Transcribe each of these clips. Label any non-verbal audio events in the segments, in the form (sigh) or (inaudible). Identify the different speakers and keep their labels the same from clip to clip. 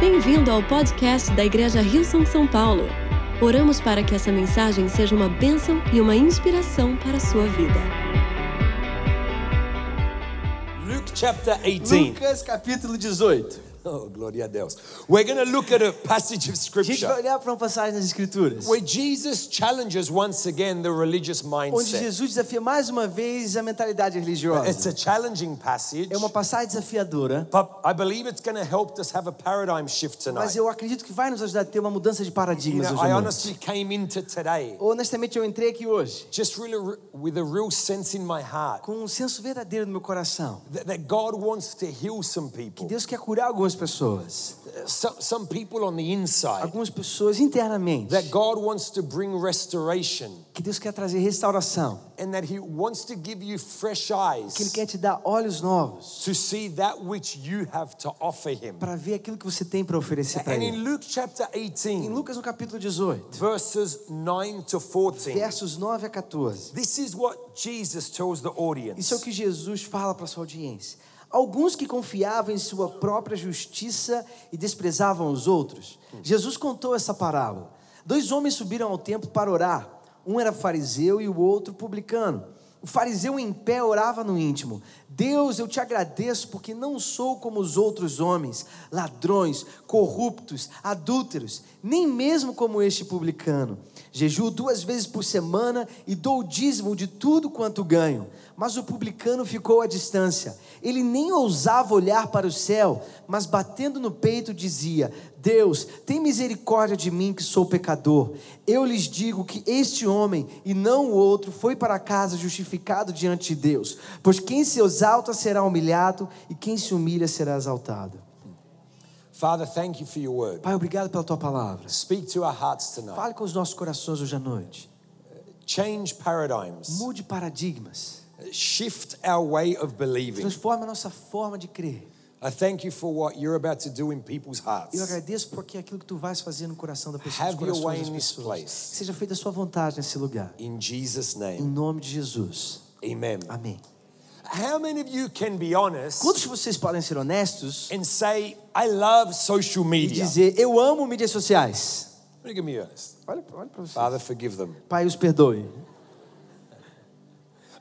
Speaker 1: Bem-vindo ao podcast da Igreja Rio São São Paulo. Oramos para que essa mensagem seja uma bênção e uma inspiração para a sua vida.
Speaker 2: Luke chapter 18.
Speaker 3: Lucas capítulo 18.
Speaker 2: Oh, gloria a Deus. We're going to look at a passage of
Speaker 3: A gente vai
Speaker 2: scripture
Speaker 3: olhar para uma passagem nas Escrituras,
Speaker 2: where Jesus challenges once again the religious
Speaker 3: onde
Speaker 2: mindset.
Speaker 3: Jesus desafia mais uma vez a mentalidade
Speaker 2: It's
Speaker 3: religiosa.
Speaker 2: a challenging passage,
Speaker 3: É uma passagem desafiadora,
Speaker 2: but I believe it's going to help us have a paradigm shift
Speaker 3: mas
Speaker 2: tonight.
Speaker 3: eu acredito que vai nos ajudar a ter uma mudança de
Speaker 2: You
Speaker 3: paradigmas
Speaker 2: know,
Speaker 3: hoje.
Speaker 2: I
Speaker 3: à noite.
Speaker 2: honestly came into today
Speaker 3: Honestamente, eu entrei aqui hoje
Speaker 2: just really with a real sense in my heart
Speaker 3: com um senso verdadeiro no meu coração.
Speaker 2: that, that God wants to heal some people,
Speaker 3: Deus quer curar algumas pessoas,
Speaker 2: some, some people on the inside,
Speaker 3: algumas pessoas internamente,
Speaker 2: that God wants to bring restoration
Speaker 3: que Deus quer trazer restauração,
Speaker 2: and that He wants to give you fresh
Speaker 3: que Ele
Speaker 2: eyes
Speaker 3: quer te dar olhos novos
Speaker 2: to see that which you have to offer him.
Speaker 3: para ver aquilo que você tem para oferecer para
Speaker 2: And
Speaker 3: Ele.
Speaker 2: in Luke chapter
Speaker 3: Em
Speaker 2: 18,
Speaker 3: Lucas, no capítulo 18,
Speaker 2: verses 9 to 14,
Speaker 3: versos 9 a 14.
Speaker 2: this is what Jesus tells the
Speaker 3: Isso é o
Speaker 2: audience.
Speaker 3: que Jesus fala para sua audiência. Alguns que confiavam em sua própria justiça e desprezavam os outros. Jesus contou essa parábola. Dois homens subiram ao templo para orar. Um era fariseu e o outro publicano. O fariseu em pé orava no íntimo: Deus, eu te agradeço porque não sou como os outros homens, ladrões, corruptos, adúlteros, nem mesmo como este publicano. Jejuo duas vezes por semana e dou o dízimo de tudo quanto ganho. Mas o publicano ficou à distância. Ele nem ousava olhar para o céu, mas batendo no peito dizia: Deus, tem misericórdia de mim que sou pecador. Eu lhes digo que este homem e não o outro foi para casa justificado diante de Deus. Pois quem se exalta será humilhado e quem se humilha será exaltado.
Speaker 2: Father, thank you for your word.
Speaker 3: Pai, obrigado pela tua palavra.
Speaker 2: Speak to our hearts tonight.
Speaker 3: Fale com os nossos corações hoje à noite.
Speaker 2: Change paradigms.
Speaker 3: Mude paradigmas.
Speaker 2: Shift our way of believing.
Speaker 3: Transforme a nossa forma de crer.
Speaker 2: I thank you for what you're about to do in people's
Speaker 3: Eu
Speaker 2: hearts.
Speaker 3: agradeço porque é aquilo que tu vais fazer no coração da pessoa,
Speaker 2: Have
Speaker 3: nos corações
Speaker 2: your way
Speaker 3: das
Speaker 2: in this
Speaker 3: pessoas.
Speaker 2: place.
Speaker 3: Que seja feita a sua vontade nesse lugar.
Speaker 2: In Jesus'
Speaker 3: Em
Speaker 2: name,
Speaker 3: nome de Jesus.
Speaker 2: amen.
Speaker 3: Amém.
Speaker 2: How many of you can be honest
Speaker 3: Quantos de vocês podem ser honestos
Speaker 2: and say, I love social
Speaker 3: e
Speaker 2: media?
Speaker 3: dizer, eu amo mídias sociais?
Speaker 2: Look at me honest.
Speaker 3: Olha, olha para você.
Speaker 2: Father, forgive them.
Speaker 3: Pai, os perdoe.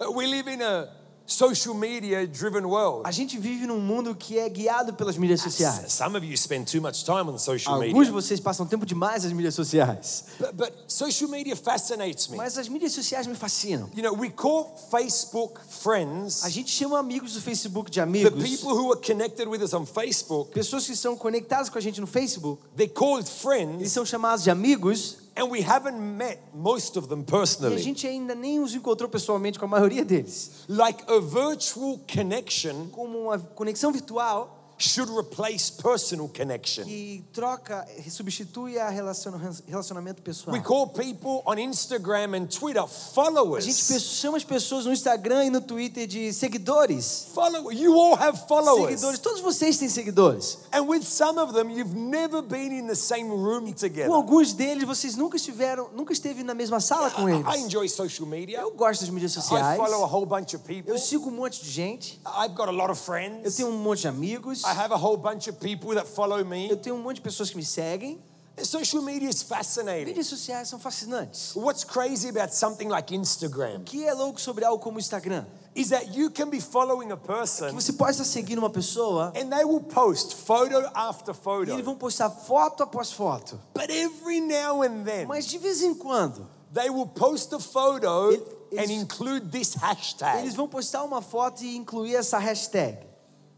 Speaker 2: Uh, We live in a social media driven world.
Speaker 3: A gente vive num mundo que é guiado pelas mídias sociais.
Speaker 2: S- Some of you spend too much time on social
Speaker 3: Alguns de
Speaker 2: media.
Speaker 3: vocês passam tempo demais nas mídias sociais.
Speaker 2: But, but social media fascinates me.
Speaker 3: Mas as mídias sociais me fascinam.
Speaker 2: You know, we call Facebook
Speaker 3: A
Speaker 2: friends.
Speaker 3: gente chama amigos do Facebook de
Speaker 2: The
Speaker 3: amigos.
Speaker 2: people who are connected with us on Facebook,
Speaker 3: Pessoas que são conectadas com a gente no Facebook,
Speaker 2: they're called
Speaker 3: eles
Speaker 2: friends,
Speaker 3: são chamados de amigos
Speaker 2: and we haven't met most of them
Speaker 3: E a
Speaker 2: personally.
Speaker 3: gente ainda nem os encontrou pessoalmente com a maioria deles.
Speaker 2: Like a virtual connection
Speaker 3: Como uma conexão virtual
Speaker 2: should replace personal connection.
Speaker 3: que troca, substitui a relaciona- relacionamento pessoal.
Speaker 2: We call people on Instagram and Twitter
Speaker 3: A gente
Speaker 2: followers.
Speaker 3: pe- chama as pessoas no Instagram e no Twitter de seguidores.
Speaker 2: Follow, you all have followers.
Speaker 3: Seguidores, todos vocês têm seguidores.
Speaker 2: And with some of them, you've never been in the same room
Speaker 3: Com
Speaker 2: together.
Speaker 3: alguns deles, vocês nunca estiveram, nunca esteve na mesma sala com
Speaker 2: I, I
Speaker 3: eles.
Speaker 2: enjoy social media.
Speaker 3: Eu gosto das mídias
Speaker 2: I
Speaker 3: sociais.
Speaker 2: follow a whole bunch of people.
Speaker 3: Eu sigo um monte de gente.
Speaker 2: I've got a lot of
Speaker 3: Eu
Speaker 2: friends.
Speaker 3: tenho um monte de amigos.
Speaker 2: I have a whole bunch of people that follow me.
Speaker 3: Eu tenho um monte de pessoas que me seguem.
Speaker 2: Social media is fascinating.
Speaker 3: Mídias sociais são fascinantes.
Speaker 2: What's crazy about something like Instagram
Speaker 3: O que é louco sobre algo como o Instagram?
Speaker 2: is that you can be following a person
Speaker 3: Você pode estar seguindo uma pessoa
Speaker 2: and they will post photo after
Speaker 3: e eles
Speaker 2: photo.
Speaker 3: vão postar foto após foto.
Speaker 2: But every now and then,
Speaker 3: Mas de vez em quando,
Speaker 2: they will post a photo
Speaker 3: It-
Speaker 2: and
Speaker 3: it's-
Speaker 2: include this
Speaker 3: eles
Speaker 2: hashtag
Speaker 3: vão postar uma foto e incluir essa hashtag,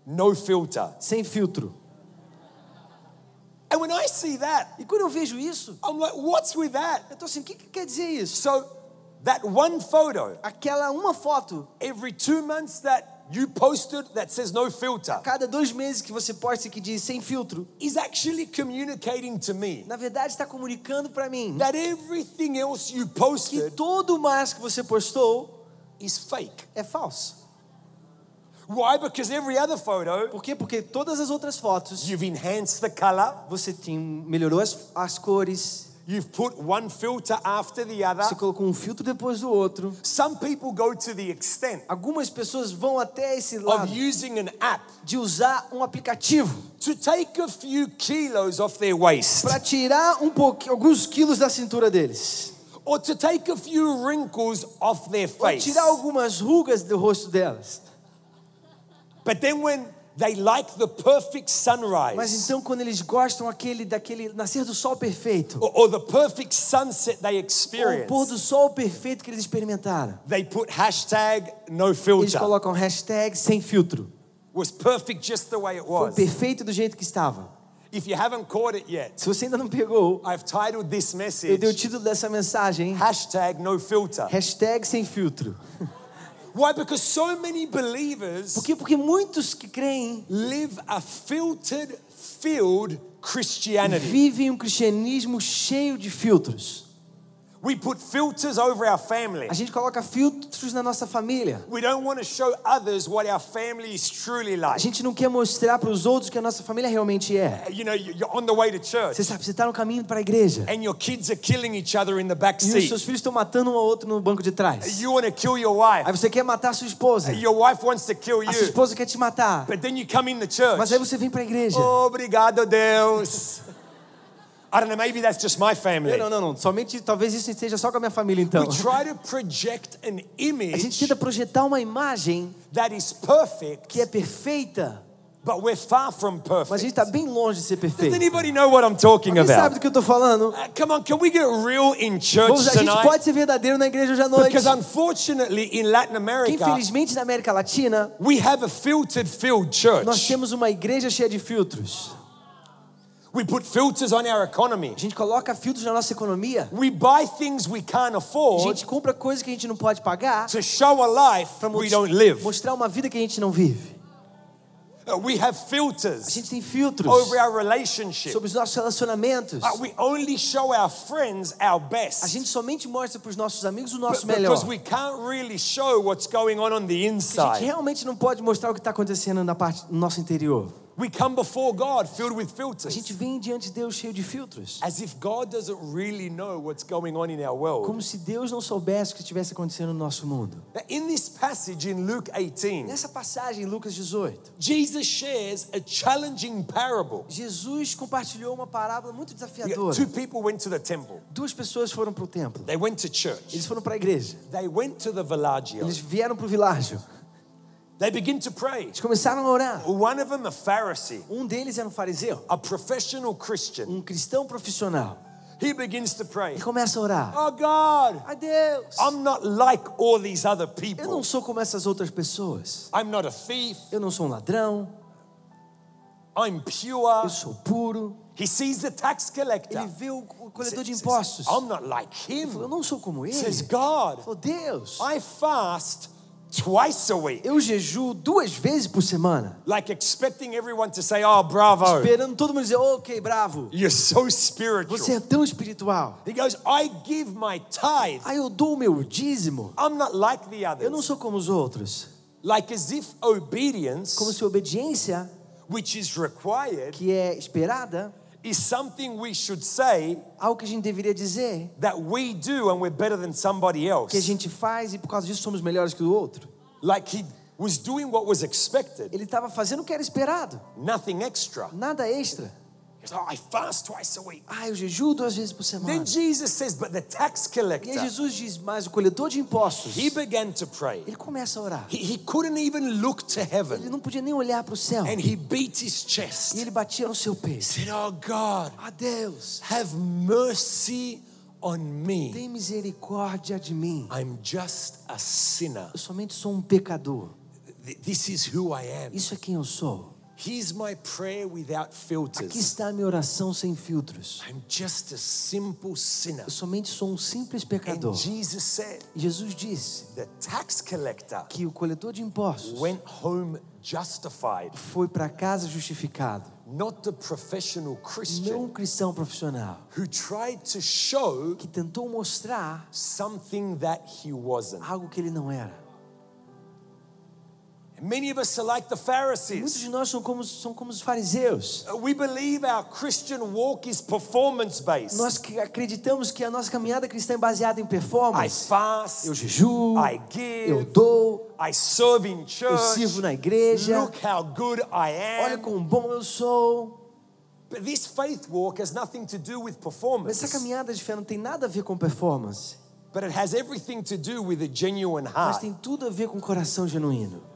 Speaker 2: no filter.
Speaker 3: sem filtro.
Speaker 2: And when I see that,
Speaker 3: E quando eu vejo isso,
Speaker 2: I'm like, what's with that?
Speaker 3: eu tô assim, o que, que quer dizer isso?
Speaker 2: So that one photo
Speaker 3: Aquela uma foto,
Speaker 2: every two months that you posted that says no filter
Speaker 3: cada dois meses que você posta que diz sem filtro,
Speaker 2: is actually communicating to me
Speaker 3: na verdade está comunicando para mim né?
Speaker 2: that everything else you
Speaker 3: que
Speaker 2: posted
Speaker 3: todo o mais que você postou
Speaker 2: is fake.
Speaker 3: é falso.
Speaker 2: Why? Because every other photo
Speaker 3: Por quê? Porque todas as outras fotos,
Speaker 2: you've enhanced the color,
Speaker 3: você tem, melhorou as, as cores,
Speaker 2: You've put one filter after the other.
Speaker 3: Você colocou um filtro depois do outro.
Speaker 2: Some people go to the extent
Speaker 3: Algumas pessoas vão até esse
Speaker 2: of
Speaker 3: lado
Speaker 2: using an app
Speaker 3: de usar um aplicativo
Speaker 2: to take a few kilos off their waist
Speaker 3: para tirar um pouquinho, alguns quilos da cintura deles,
Speaker 2: or to take a few wrinkles off their
Speaker 3: Ou
Speaker 2: face.
Speaker 3: tirar algumas rugas do rosto delas.
Speaker 2: But then when they like the perfect sunrise
Speaker 3: Mas então quando eles gostam aquele daquele nascer do sol perfeito,
Speaker 2: or, or the perfect sunset they
Speaker 3: ou o
Speaker 2: experience,
Speaker 3: pôr do sol perfeito que eles experimentaram,
Speaker 2: they put hashtag no
Speaker 3: eles
Speaker 2: filter.
Speaker 3: colocam hashtag sem filtro.
Speaker 2: Was perfect just the way it
Speaker 3: Foi
Speaker 2: was.
Speaker 3: perfeito do jeito que estava.
Speaker 2: If you haven't caught it yet,
Speaker 3: Se você ainda não pegou,
Speaker 2: I've titled this
Speaker 3: eu dei o
Speaker 2: message
Speaker 3: título dessa mensagem: hein?
Speaker 2: hashtag no filter.
Speaker 3: hashtag sem filtro.
Speaker 2: Why? Because so many believers
Speaker 3: Por quê? Porque muitos que creem
Speaker 2: live a filtered, filled Christianity.
Speaker 3: vivem um cristianismo cheio de filtros.
Speaker 2: We put filters over our family.
Speaker 3: A gente coloca filtros na nossa família.
Speaker 2: We don't want to show others what our family is truly
Speaker 3: A
Speaker 2: like.
Speaker 3: gente não quer mostrar para os outros que a nossa família realmente é.
Speaker 2: You know, you- you're on the way to church
Speaker 3: Você sabe, você está no caminho para a igreja
Speaker 2: and your kids are killing each other in the back
Speaker 3: e os
Speaker 2: seat.
Speaker 3: seus filhos estão matando um ao outro no banco de trás.
Speaker 2: You want to kill your
Speaker 3: Aí
Speaker 2: wife.
Speaker 3: você quer matar a sua esposa.
Speaker 2: Your wife wants to kill
Speaker 3: A sua
Speaker 2: you.
Speaker 3: esposa quer te matar.
Speaker 2: But then you come in the
Speaker 3: Mas
Speaker 2: church.
Speaker 3: aí você vem para a igreja.
Speaker 2: Obrigado, Deus. I don't know, maybe that's just my family.
Speaker 3: Não, não, não. Somente talvez isso esteja só com a minha família então.
Speaker 2: We try to project an
Speaker 3: A gente
Speaker 2: image
Speaker 3: tenta projetar uma imagem
Speaker 2: that is perfect,
Speaker 3: que é perfeita,
Speaker 2: but we're far from
Speaker 3: mas a gente
Speaker 2: perfect.
Speaker 3: está bem longe de ser
Speaker 2: Does
Speaker 3: perfeito.
Speaker 2: anybody know what I'm talking
Speaker 3: Quem sabe
Speaker 2: about?
Speaker 3: do que eu tô falando?
Speaker 2: Uh, come on, can we get real in
Speaker 3: Vamos,
Speaker 2: church
Speaker 3: a gente
Speaker 2: tonight?
Speaker 3: pode ser verdadeiro na igreja hoje à noite.
Speaker 2: Because unfortunately, in Latin
Speaker 3: Que
Speaker 2: America,
Speaker 3: infelizmente na América Latina
Speaker 2: we have a filtered filled
Speaker 3: nós
Speaker 2: church.
Speaker 3: temos uma igreja cheia de filtros.
Speaker 2: We put filters on our economy.
Speaker 3: A gente coloca filtros na nossa economia.
Speaker 2: We buy things we can't
Speaker 3: A
Speaker 2: afford
Speaker 3: gente compra coisas que a gente não pode pagar
Speaker 2: to show a life
Speaker 3: para
Speaker 2: we don't live.
Speaker 3: mostrar uma vida que a gente não vive.
Speaker 2: Uh, We have
Speaker 3: A
Speaker 2: filters
Speaker 3: gente tem filtros
Speaker 2: over our relationship.
Speaker 3: sobre os nossos relacionamentos.
Speaker 2: Uh, Oh, we only show our friends our
Speaker 3: A
Speaker 2: best
Speaker 3: gente somente mostra para os nossos amigos o
Speaker 2: b-
Speaker 3: nosso melhor.
Speaker 2: because we can't really show what's going on on the
Speaker 3: A gente
Speaker 2: inside.
Speaker 3: realmente não pode mostrar o que está acontecendo na parte no nosso interior.
Speaker 2: We come before God filled with
Speaker 3: A gente
Speaker 2: filters
Speaker 3: vem diante de Deus cheio de filtros,
Speaker 2: as if God doesn't really know what's going on in our
Speaker 3: como
Speaker 2: world.
Speaker 3: se Deus não soubesse o que estivesse acontecendo no nosso mundo.
Speaker 2: Now, In this passage in Luke 18,
Speaker 3: Nessa passagem, em Lucas 18,
Speaker 2: Jesus shares a challenging parable.
Speaker 3: Jesus compartilhou uma parábola muito
Speaker 2: Yeah,
Speaker 3: desafiadora.
Speaker 2: Two people went to the temple.
Speaker 3: Duas pessoas foram para o templo.
Speaker 2: They went to church.
Speaker 3: Eles foram para a igreja.
Speaker 2: They went to the Villaggio.
Speaker 3: Eles vieram para o világio.
Speaker 2: They begin to pray.
Speaker 3: Eles começaram a orar.
Speaker 2: One of them, a Pharisee,
Speaker 3: Um deles era um fariseu,
Speaker 2: a professional Christian,
Speaker 3: um cristão profissional.
Speaker 2: he begins to pray.
Speaker 3: Ele começa a orar.
Speaker 2: Oh God,
Speaker 3: A Deus,
Speaker 2: I'm not like all these other
Speaker 3: eu não
Speaker 2: people.
Speaker 3: sou como essas outras pessoas.
Speaker 2: I'm not a thief.
Speaker 3: Eu não sou um ladrão,
Speaker 2: I'm pure.
Speaker 3: eu sou puro.
Speaker 2: He sees the tax
Speaker 3: Ele
Speaker 2: collector.
Speaker 3: vê o o coletor
Speaker 2: Says,
Speaker 3: de impostos.
Speaker 2: I'm not like
Speaker 3: Ele falou, eu
Speaker 2: him.
Speaker 3: não sou como ele.
Speaker 2: Says
Speaker 3: Ele
Speaker 2: God,
Speaker 3: falou, Deus,
Speaker 2: I fast twice a week.
Speaker 3: eu jejuo duas vezes por semana.
Speaker 2: Like expecting everyone to say, oh, bravo.
Speaker 3: Esperando todo mundo dizer, ok, bravo.
Speaker 2: You're so
Speaker 3: Você
Speaker 2: spiritual.
Speaker 3: é tão espiritual.
Speaker 2: He goes, I give my tithe.
Speaker 3: Aí eu dou o meu dízimo.
Speaker 2: I'm not like the
Speaker 3: Eu não
Speaker 2: others.
Speaker 3: sou como os outros.
Speaker 2: Like as if
Speaker 3: Como
Speaker 2: obedience,
Speaker 3: se obediência,
Speaker 2: which is required,
Speaker 3: que é esperada,
Speaker 2: is something we should say
Speaker 3: algo que a gente deveria dizer,
Speaker 2: that we do and we're better than somebody
Speaker 3: que a
Speaker 2: else.
Speaker 3: gente faz e por causa disso somos melhores que o outro.
Speaker 2: Like he was doing what was expected,
Speaker 3: Ele estava fazendo o que era esperado,
Speaker 2: nothing extra.
Speaker 3: nada extra.
Speaker 2: He's like, I fast twice a week.
Speaker 3: Ah, eu jejuo duas vezes por semana.
Speaker 2: Then Jesus says, But the tax
Speaker 3: E aí
Speaker 2: collector,
Speaker 3: Jesus diz, mas o coletor de impostos,
Speaker 2: he began to pray.
Speaker 3: ele começa a orar.
Speaker 2: He, he couldn't even look to
Speaker 3: Ele
Speaker 2: heaven
Speaker 3: não podia nem olhar para o céu.
Speaker 2: and he beat his
Speaker 3: E
Speaker 2: chest.
Speaker 3: ele batia no seu peito.
Speaker 2: Said, Oh God,
Speaker 3: Ah, Deus,
Speaker 2: have mercy on me.
Speaker 3: tem misericórdia de mim.
Speaker 2: I'm just a sinner.
Speaker 3: Eu somente sou um pecador.
Speaker 2: Th- This is who I am.
Speaker 3: Isso é quem eu sou.
Speaker 2: Here's my prayer without
Speaker 3: Aqui
Speaker 2: filters.
Speaker 3: está a minha oração sem filtros.
Speaker 2: I'm just a simple sinner.
Speaker 3: Eu somente sou um simples
Speaker 2: And
Speaker 3: pecador.
Speaker 2: Jesus said,
Speaker 3: E Jesus disse
Speaker 2: The tax collector
Speaker 3: que o coletor de impostos
Speaker 2: went home justified,
Speaker 3: foi para casa justificado.
Speaker 2: not the professional Christian
Speaker 3: Não um cristão profissional
Speaker 2: who tried to show
Speaker 3: que tentou mostrar
Speaker 2: something that he wasn't.
Speaker 3: algo que ele não era.
Speaker 2: Many of us are like the
Speaker 3: Muitos
Speaker 2: Pharisees. Uh,
Speaker 3: de nós são como, são como os fariseus.
Speaker 2: We believe our Christian walk is performance based.
Speaker 3: Nós que acreditamos que a nossa caminhada cristã é baseada em
Speaker 2: I
Speaker 3: performance.
Speaker 2: fast,
Speaker 3: Eu jejuo,
Speaker 2: I give,
Speaker 3: eu dou,
Speaker 2: I serve in church.
Speaker 3: eu sirvo na igreja.
Speaker 2: Look how good I
Speaker 3: Olha
Speaker 2: am.
Speaker 3: quão bom eu sou.
Speaker 2: But this faith walk has nothing to do with
Speaker 3: Mas essa
Speaker 2: performance,
Speaker 3: caminhada de fé não tem nada a ver com performance,
Speaker 2: but it has everything to do with a genuine
Speaker 3: mas
Speaker 2: heart.
Speaker 3: tem tudo a ver com coração genuíno.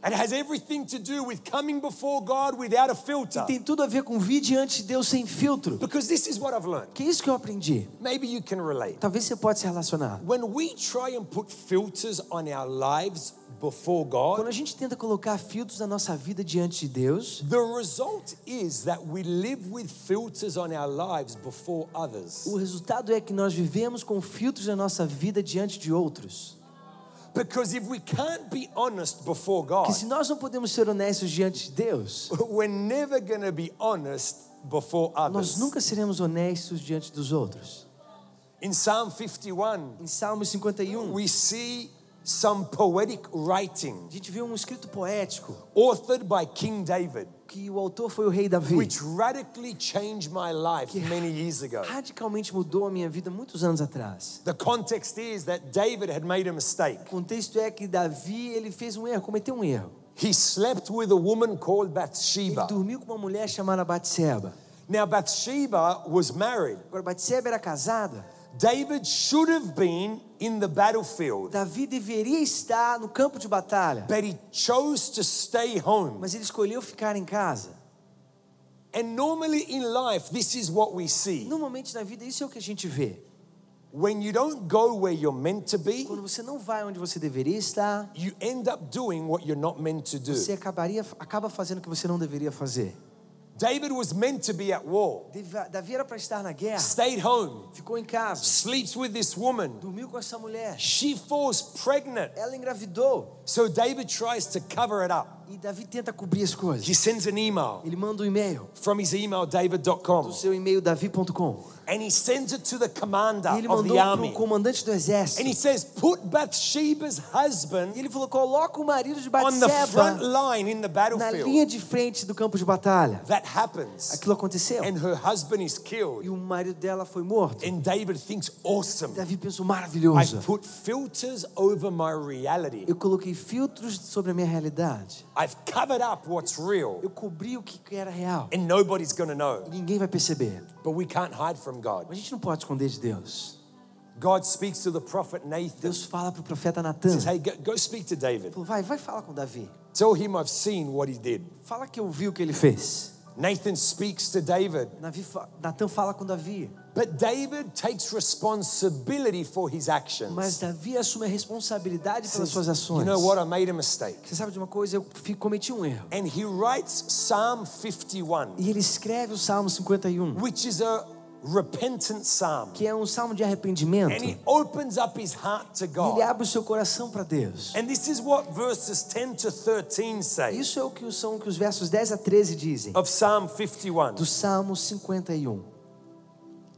Speaker 2: It has everything to do with coming before God without a filter.
Speaker 3: Tem tudo a ver com vir diante de Deus sem filtro.
Speaker 2: Because this is what I've learned.
Speaker 3: Que é isso que eu aprendi.
Speaker 2: Maybe you can relate.
Speaker 3: Talvez você pode se relacionar.
Speaker 2: When we try and put filters on our lives before God,
Speaker 3: Quando a gente tenta colocar filtros na nossa vida diante de Deus,
Speaker 2: The result is that we live with filters on our lives before others.
Speaker 3: o resultado é que nós vivemos com filtros na nossa vida diante de outros.
Speaker 2: Because if we can't be honest before
Speaker 3: Que
Speaker 2: God,
Speaker 3: se nós não podemos ser honestos diante de Deus,
Speaker 2: we're never going to be honest before
Speaker 3: nós
Speaker 2: others.
Speaker 3: nunca seremos honestos diante dos outros.
Speaker 2: In Psalm 51,
Speaker 3: Em Salmo 51,
Speaker 2: we see some poetic writing
Speaker 3: a gente vê um escrito poético
Speaker 2: authored by King David,
Speaker 3: que o autor foi o rei Davi,
Speaker 2: which radically changed my life many years ago.
Speaker 3: radicalmente mudou a minha vida muitos anos atrás.
Speaker 2: The context is that David had made a mistake.
Speaker 3: O contexto é que Davi, ele fez um erro, cometeu um erro.
Speaker 2: He slept with a woman called
Speaker 3: Ele
Speaker 2: Bathsheba.
Speaker 3: dormiu com uma mulher chamada Batseba.
Speaker 2: Now, Bathsheba was married.
Speaker 3: Agora Batseba era casada.
Speaker 2: David should have been in the battlefield,
Speaker 3: Davi deveria estar no campo de batalha,
Speaker 2: but he chose to stay home.
Speaker 3: mas ele escolheu ficar em casa.
Speaker 2: And normally in life, this is what we see.
Speaker 3: Normalmente na vida isso é o que a gente vê.
Speaker 2: When you don't go where you're meant to be,
Speaker 3: Quando você não vai onde você deveria estar,
Speaker 2: you end up doing what you're not meant to do.
Speaker 3: você acabaria, acaba fazendo o que você não deveria fazer.
Speaker 2: David was meant to be at war,
Speaker 3: Deva- Davi era para estar na guerra,
Speaker 2: stayed home,
Speaker 3: ficou em casa,
Speaker 2: sleeps with this woman.
Speaker 3: dormiu com essa mulher.
Speaker 2: She falls pregnant.
Speaker 3: Ela engravidou
Speaker 2: So David tries to cover it up.
Speaker 3: e Davi tenta cobrir as
Speaker 2: He
Speaker 3: coisas.
Speaker 2: sends an email
Speaker 3: Ele manda um e-mail
Speaker 2: from his email,
Speaker 3: do
Speaker 2: david.com,
Speaker 3: seu e-mail davi.com
Speaker 2: and he sends it to the commander
Speaker 3: e ele
Speaker 2: of
Speaker 3: mandou
Speaker 2: the
Speaker 3: para o
Speaker 2: army.
Speaker 3: comandante do
Speaker 2: And he
Speaker 3: exército.
Speaker 2: says, put Bathsheba's
Speaker 3: E
Speaker 2: husband
Speaker 3: ele falou: coloca o marido de
Speaker 2: on the front
Speaker 3: Batseba
Speaker 2: line in the
Speaker 3: na
Speaker 2: battlefield.
Speaker 3: linha de frente do campo de batalha.
Speaker 2: That happens.
Speaker 3: Aquilo aconteceu.
Speaker 2: And her husband is
Speaker 3: E
Speaker 2: killed.
Speaker 3: o marido dela foi morto.
Speaker 2: And David thinks, awesome.
Speaker 3: Davi pensou:
Speaker 2: I've
Speaker 3: maravilhoso.
Speaker 2: put filters over my reality.
Speaker 3: Eu coloquei filtros sobre a minha realidade.
Speaker 2: I've covered up what's real.
Speaker 3: Eu cobri o que era real.
Speaker 2: And nobody's going to know.
Speaker 3: Ninguém vai perceber.
Speaker 2: But we can't hide from
Speaker 3: Mas
Speaker 2: God.
Speaker 3: a gente não pode esconder de Deus.
Speaker 2: God speaks to the prophet Nathan.
Speaker 3: Deus fala para o profeta
Speaker 2: He
Speaker 3: Natan.
Speaker 2: says, hey, go, go speak to David.
Speaker 3: Falou, vai, vai falar com Davi.
Speaker 2: Tell him I've seen what he did.
Speaker 3: Fala que eu vi o que ele fez.
Speaker 2: Nathan speaks to David.
Speaker 3: Davi fa- Natan fala com Davi.
Speaker 2: But David takes responsibility for his actions.
Speaker 3: Mas Davi assume a responsabilidade pelas suas
Speaker 2: You
Speaker 3: ações.
Speaker 2: know what? I made a mistake.
Speaker 3: Você sabe de uma coisa? Eu fi- cometi um erro.
Speaker 2: And he writes Psalm 51,
Speaker 3: E ele escreve o Salmo 51,
Speaker 2: which is a repentant psalm.
Speaker 3: que é um salmo de arrependimento.
Speaker 2: And he
Speaker 3: E
Speaker 2: opens up his heart to
Speaker 3: ele
Speaker 2: God.
Speaker 3: abre o seu coração para Deus.
Speaker 2: And this is what verses 10 to 13 say
Speaker 3: Isso é o que os- são o que os versos 10 a 13 dizem.
Speaker 2: of Psalm 51.
Speaker 3: do Salmo 51.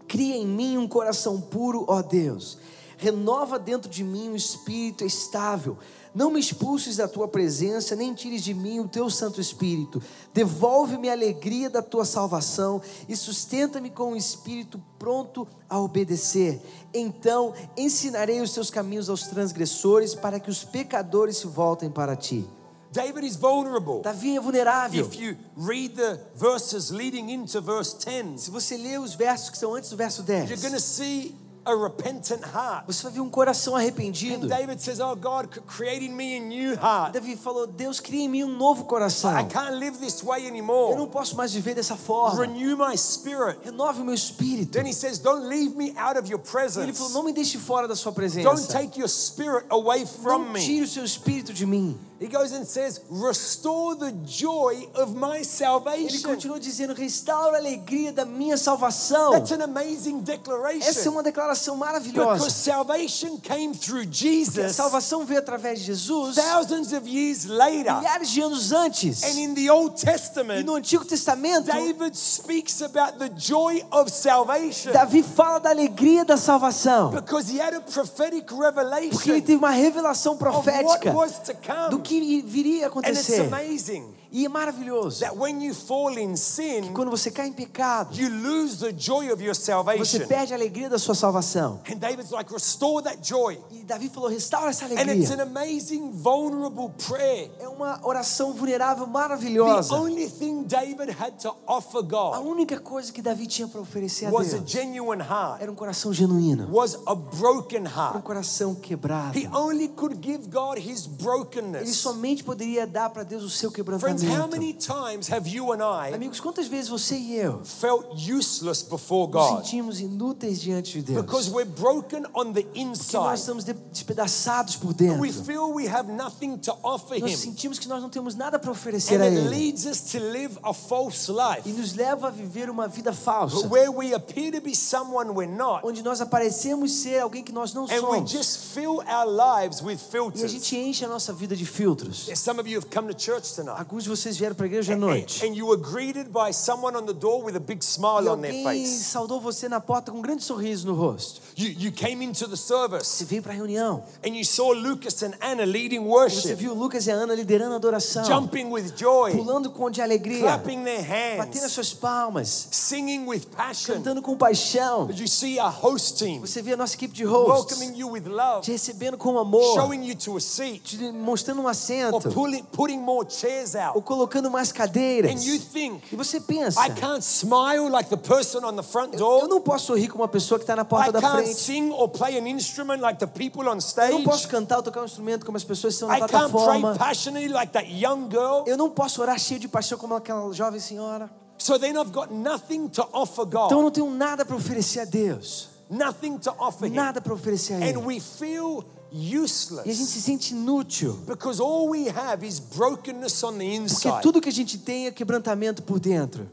Speaker 3: Cria em mim um coração puro, ó Deus. Renova dentro de mim um espírito estável. Não me expulses da tua presença, nem tires de mim o teu Santo Espírito. Devolve-me a alegria da tua salvação e sustenta-me com um espírito pronto a obedecer. Então ensinarei os teus caminhos aos transgressores, para que os pecadores se voltem para ti.
Speaker 2: David is vulnerable.
Speaker 3: Davi é vulnerável.
Speaker 2: If you read the verses leading into verse 10,
Speaker 3: Se você lê os versos que são antes do verso 10,
Speaker 2: you're going to see a repentant heart.
Speaker 3: Você vai ver um coração
Speaker 2: And
Speaker 3: arrependido.
Speaker 2: David says, Oh God, c- create in me a new heart.
Speaker 3: Davi falou: Deus, cria em mim um novo coração.
Speaker 2: I can't live this way
Speaker 3: Eu não
Speaker 2: anymore.
Speaker 3: posso mais viver dessa forma.
Speaker 2: Renew my spirit.
Speaker 3: Renove o meu espírito.
Speaker 2: Then he says, Don't leave me out of your
Speaker 3: Ele
Speaker 2: presence.
Speaker 3: falou: Não me deixe fora da sua
Speaker 2: Don't
Speaker 3: presença.
Speaker 2: take your spirit away from
Speaker 3: Não
Speaker 2: me.
Speaker 3: tire o seu espírito de mim.
Speaker 2: He goes and says, Restore the joy of my
Speaker 3: Ele
Speaker 2: salvation.
Speaker 3: continuou dizendo: Restaura a alegria da minha salvação.
Speaker 2: That's an amazing
Speaker 3: Oh. Essa é
Speaker 2: declaration.
Speaker 3: uma declaração
Speaker 2: Because
Speaker 3: maravilhosa.
Speaker 2: salvation came through
Speaker 3: Que a
Speaker 2: Jesus
Speaker 3: salvação veio através de Jesus
Speaker 2: thousands of years later.
Speaker 3: milhares de anos antes.
Speaker 2: And in the Old
Speaker 3: E no
Speaker 2: Testament,
Speaker 3: Antigo Testamento,
Speaker 2: David speaks about the joy of salvation
Speaker 3: Davi fala da alegria da salvação.
Speaker 2: because he had a prophetic
Speaker 3: Porque ele
Speaker 2: revelation
Speaker 3: teve uma revelação
Speaker 2: of what
Speaker 3: profética
Speaker 2: was to
Speaker 3: do
Speaker 2: come.
Speaker 3: que viria a
Speaker 2: And it's
Speaker 3: acontecer.
Speaker 2: amazing
Speaker 3: E é maravilhoso
Speaker 2: that when you fall in sin,
Speaker 3: quando você cai em pecado,
Speaker 2: you lose the joy of your
Speaker 3: você
Speaker 2: salvation.
Speaker 3: perde a alegria da sua salvação.
Speaker 2: And David's like, restore that joy.
Speaker 3: E Davi falou: restaura essa
Speaker 2: And it's an
Speaker 3: alegria.
Speaker 2: amazing, vulnerable prayer.
Speaker 3: É uma oração vulnerável
Speaker 2: The
Speaker 3: maravilhosa.
Speaker 2: only thing David had to offer
Speaker 3: A
Speaker 2: God
Speaker 3: única coisa que Davi tinha para oferecer a
Speaker 2: was a
Speaker 3: Deus
Speaker 2: genuine heart,
Speaker 3: era um coração genuíno,
Speaker 2: was a broken
Speaker 3: era um
Speaker 2: heart.
Speaker 3: coração quebrado.
Speaker 2: He only could give God his
Speaker 3: Ele
Speaker 2: brokenness.
Speaker 3: somente poderia dar para Deus o seu
Speaker 2: Friends, how
Speaker 3: quebrantamento.
Speaker 2: many times have you and I
Speaker 3: Amigos, quantas vezes você e eu
Speaker 2: felt useless before
Speaker 3: nos
Speaker 2: God?
Speaker 3: sentimos inúteis diante de Deus?
Speaker 2: Because
Speaker 3: Porque
Speaker 2: we're broken on the inside.
Speaker 3: nós estamos de- despedaçados por dentro.
Speaker 2: We feel we have nothing to offer
Speaker 3: Nós
Speaker 2: Him. é
Speaker 3: sentimos que nós não temos nada para oferecer
Speaker 2: And
Speaker 3: a
Speaker 2: it
Speaker 3: Ele.
Speaker 2: leads us to live a false life
Speaker 3: E nos leva a viver uma vida falsa,
Speaker 2: where we appear to be someone we're not.
Speaker 3: onde nós aparecemos ser alguém que nós não
Speaker 2: And we
Speaker 3: somos.
Speaker 2: just fill our lives with
Speaker 3: E a
Speaker 2: filters.
Speaker 3: gente enche a nossa vida de filtros.
Speaker 2: Some of you have come to church tonight.
Speaker 3: Alguns de vocês vieram para a igreja à
Speaker 2: And,
Speaker 3: noite.
Speaker 2: and you were greeted by someone on the door with a big smile
Speaker 3: E
Speaker 2: on their
Speaker 3: alguém
Speaker 2: face.
Speaker 3: saudou você na porta com um grande sorriso no rosto.
Speaker 2: You, you came into the
Speaker 3: Você
Speaker 2: service
Speaker 3: veio para a reunião.
Speaker 2: and you saw Lucas and Anna leading
Speaker 3: Você
Speaker 2: worship,
Speaker 3: viu o Lucas e a Ana liderando a adoração,
Speaker 2: jumping with joy,
Speaker 3: pulando com de alegria,
Speaker 2: clapping their
Speaker 3: batendo as
Speaker 2: hands,
Speaker 3: suas palmas,
Speaker 2: singing with passion.
Speaker 3: cantando com paixão.
Speaker 2: But you see our host team
Speaker 3: Você vê a nossa equipe de hosts
Speaker 2: welcoming you with love,
Speaker 3: te recebendo com amor,
Speaker 2: showing you to a seat,
Speaker 3: te mostrando um
Speaker 2: or
Speaker 3: assento,
Speaker 2: pulling, putting more chairs
Speaker 3: ou
Speaker 2: out.
Speaker 3: colocando mais cadeiras.
Speaker 2: And you think,
Speaker 3: E você pensa,
Speaker 2: I can't smile like the person on the front
Speaker 3: eu
Speaker 2: door.
Speaker 3: não posso sorrir com uma pessoa que está na
Speaker 2: I
Speaker 3: porta da
Speaker 2: can't
Speaker 3: frente.
Speaker 2: sing or play an instrument like the people on
Speaker 3: Eu não
Speaker 2: stage.
Speaker 3: posso cantar ou tocar um instrumento como as pessoas estão na
Speaker 2: I can't pray
Speaker 3: plataforma.
Speaker 2: passionately like that young girl.
Speaker 3: Eu não posso orar cheio de paixão como aquela jovem senhora.
Speaker 2: So then I've got nothing to offer
Speaker 3: Então eu
Speaker 2: God,
Speaker 3: não tenho nada para oferecer a Deus.
Speaker 2: nothing to offer Him.
Speaker 3: Nada para oferecer a
Speaker 2: And
Speaker 3: Ele.
Speaker 2: we feel
Speaker 3: E a gente
Speaker 2: useless
Speaker 3: se sente inútil.
Speaker 2: because all we have is brokenness on the
Speaker 3: Porque
Speaker 2: inside.
Speaker 3: tudo que a gente tem é quebrantamento por dentro.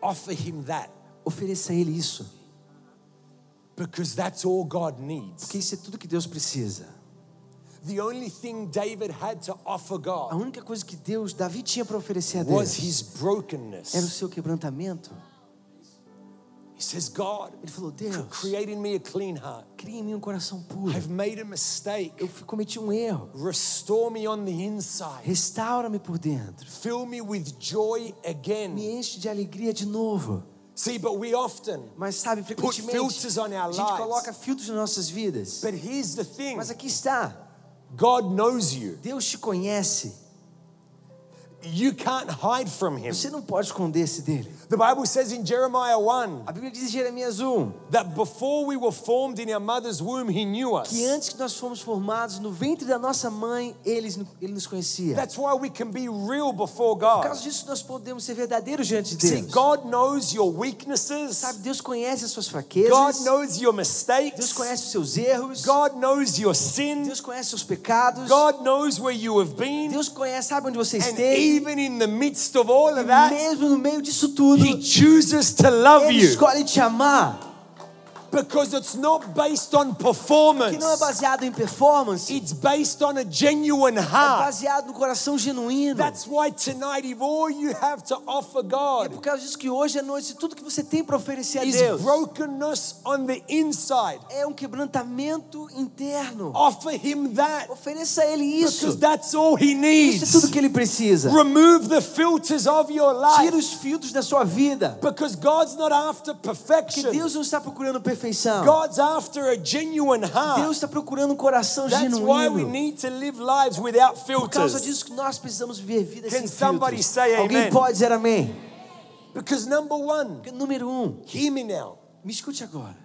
Speaker 2: Offer Him that
Speaker 3: Ofereça a Ele isso.
Speaker 2: because that's all God needs.
Speaker 3: Porque isso é tudo que Deus precisa.
Speaker 2: The only thing David had to offer
Speaker 3: A
Speaker 2: God
Speaker 3: única coisa que Deus, Davi tinha para oferecer a
Speaker 2: was
Speaker 3: Deus
Speaker 2: his
Speaker 3: era o
Speaker 2: brokenness.
Speaker 3: seu quebrantamento.
Speaker 2: He says, God,
Speaker 3: Ele falou: Deus,
Speaker 2: create in me a clean heart.
Speaker 3: cria em mim um coração puro.
Speaker 2: I've made a mistake.
Speaker 3: Eu fui- cometi um erro.
Speaker 2: Restore me on the inside.
Speaker 3: Restaura-me por dentro.
Speaker 2: Fill me with joy again.
Speaker 3: Me enche de alegria de novo.
Speaker 2: See, but we often
Speaker 3: Mas sabe, frequentemente
Speaker 2: filters on our
Speaker 3: a gente
Speaker 2: lives.
Speaker 3: coloca filtros nas nossas vidas.
Speaker 2: But here's the thing
Speaker 3: Mas aqui está.
Speaker 2: God knows you.
Speaker 3: Deus te conhece.
Speaker 2: You can't hide from Him.
Speaker 3: Você não pode esconder-se dele.
Speaker 2: The Bible says in Jeremiah 1
Speaker 3: A Bíblia diz em Jeremias 1
Speaker 2: that before we were formed in our mother's womb, He knew
Speaker 3: que
Speaker 2: us.
Speaker 3: antes que nós fomos formados no ventre da nossa mãe, ele, ele nos conhecia.
Speaker 2: That's why we can be real before
Speaker 3: Por
Speaker 2: God.
Speaker 3: causa disso, nós podemos ser verdadeiros diante de
Speaker 2: See,
Speaker 3: Deus.
Speaker 2: God knows your weaknesses,
Speaker 3: Sabe, Deus conhece as suas
Speaker 2: God
Speaker 3: fraquezas.
Speaker 2: knows your
Speaker 3: Deus
Speaker 2: mistakes,
Speaker 3: conhece os seus erros.
Speaker 2: God knows your sin,
Speaker 3: Deus conhece os seus pecados.
Speaker 2: God knows where you have been.
Speaker 3: Deus conhece, sabe onde você
Speaker 2: And
Speaker 3: esteve.
Speaker 2: even in the midst of all
Speaker 3: E
Speaker 2: of that,
Speaker 3: mesmo no meio disso tudo,
Speaker 2: He chooses to love
Speaker 3: Ele
Speaker 2: you
Speaker 3: escolhe te amar.
Speaker 2: because it's not based on
Speaker 3: Que não é
Speaker 2: performance.
Speaker 3: baseado em performance, é
Speaker 2: It's based on a genuine heart.
Speaker 3: baseado no coração genuíno. É
Speaker 2: That's why tonight, if all you have to offer God
Speaker 3: por causa disso que hoje à noite tudo que você tem para oferecer a
Speaker 2: is
Speaker 3: Deus
Speaker 2: brokenness on the inside,
Speaker 3: é um quebrantamento interno.
Speaker 2: offer Him that
Speaker 3: Ofereça a Ele isso.
Speaker 2: because that's all He
Speaker 3: Isso é tudo
Speaker 2: needs.
Speaker 3: que Ele precisa.
Speaker 2: Remove the filters of your life
Speaker 3: Tira os filtros da sua vida.
Speaker 2: because God's not after
Speaker 3: Porque
Speaker 2: perfection.
Speaker 3: Deus não está procurando perfeição.
Speaker 2: God's after a genuine
Speaker 3: Deus
Speaker 2: heart.
Speaker 3: está procurando um coração
Speaker 2: That's why we
Speaker 3: genuíno.
Speaker 2: need to live lives without
Speaker 3: Por causa
Speaker 2: filters.
Speaker 3: disso que nós precisamos viver vidas
Speaker 2: Can
Speaker 3: sem
Speaker 2: somebody
Speaker 3: filtros.
Speaker 2: say amen?
Speaker 3: Alguém pode dizer amém?
Speaker 2: Because number one,
Speaker 3: Número um,
Speaker 2: hear me now.
Speaker 3: me escute agora.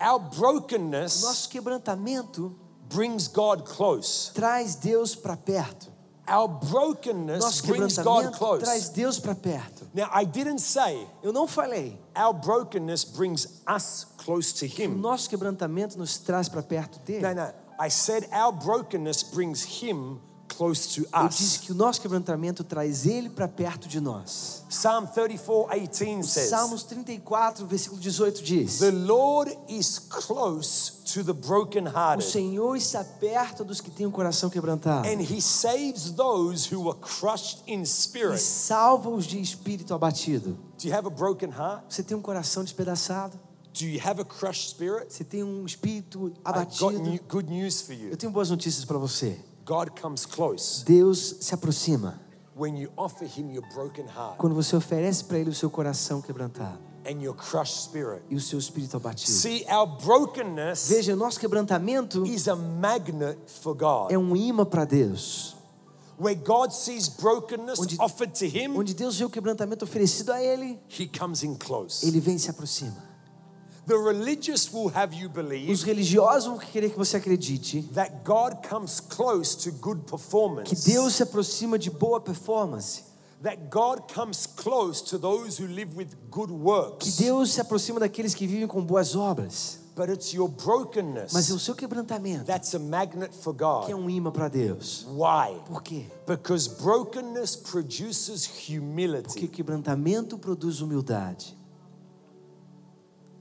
Speaker 2: Our
Speaker 3: O
Speaker 2: brokenness
Speaker 3: nosso quebrantamento
Speaker 2: brings God close.
Speaker 3: traz Deus para perto.
Speaker 2: Our
Speaker 3: O
Speaker 2: brokenness
Speaker 3: Nosso
Speaker 2: brings God
Speaker 3: quebrantamento
Speaker 2: close.
Speaker 3: traz Deus para perto.
Speaker 2: Now, I didn't say
Speaker 3: Eu não falei.
Speaker 2: our brokenness brings us close to
Speaker 3: O
Speaker 2: Him.
Speaker 3: nosso quebrantamento nos traz para perto dele.
Speaker 2: No, no. I said our brokenness brings Him close to
Speaker 3: Eu disse
Speaker 2: us.
Speaker 3: que o nosso quebrantamento traz ele para perto de nós.
Speaker 2: Psalm 34 18 says,
Speaker 3: Salmos 34, versículo 18 diz:
Speaker 2: The Lord is close to the
Speaker 3: O
Speaker 2: brokenhearted,
Speaker 3: Senhor está perto dos que têm o coração quebrantado
Speaker 2: and He saves those who are crushed in
Speaker 3: e
Speaker 2: spirit.
Speaker 3: salva os de espírito abatido.
Speaker 2: Do you have a broken heart?
Speaker 3: Você tem um coração despedaçado?
Speaker 2: Do you have a crushed spirit?
Speaker 3: Você tem um espírito
Speaker 2: I've got
Speaker 3: abatido?
Speaker 2: new- good news for
Speaker 3: Eu
Speaker 2: you.
Speaker 3: tenho boas notícias para você.
Speaker 2: God comes close
Speaker 3: Deus se aproxima
Speaker 2: when you offer Him your broken heart
Speaker 3: quando você oferece para Ele o seu coração quebrantado
Speaker 2: and your crushed spirit.
Speaker 3: e o seu espírito abatido.
Speaker 2: See, our brokenness
Speaker 3: Veja, nosso quebrantamento
Speaker 2: is a magnet for God.
Speaker 3: é um imã para Deus,
Speaker 2: Where God sees brokenness
Speaker 3: Onde-
Speaker 2: offered to Him,
Speaker 3: onde Deus vê o quebrantamento oferecido a Ele,
Speaker 2: He comes in close.
Speaker 3: Ele vem e se aproxima.
Speaker 2: The religious will have you
Speaker 3: Os
Speaker 2: believe
Speaker 3: religiosos vão querer que você acredite
Speaker 2: that God comes close to good
Speaker 3: que
Speaker 2: performance,
Speaker 3: Deus se aproxima de boa performance,
Speaker 2: that God comes close to those who live with good
Speaker 3: que
Speaker 2: works.
Speaker 3: Deus se aproxima daqueles que vivem com boas obras.
Speaker 2: But it's your
Speaker 3: Mas é
Speaker 2: brokenness
Speaker 3: o seu quebrantamento
Speaker 2: that's a magnet for
Speaker 3: que é
Speaker 2: God.
Speaker 3: um imã para Deus.
Speaker 2: Why?
Speaker 3: Por quê?
Speaker 2: Because brokenness produces
Speaker 3: Porque
Speaker 2: humility.
Speaker 3: quebrantamento produz humildade.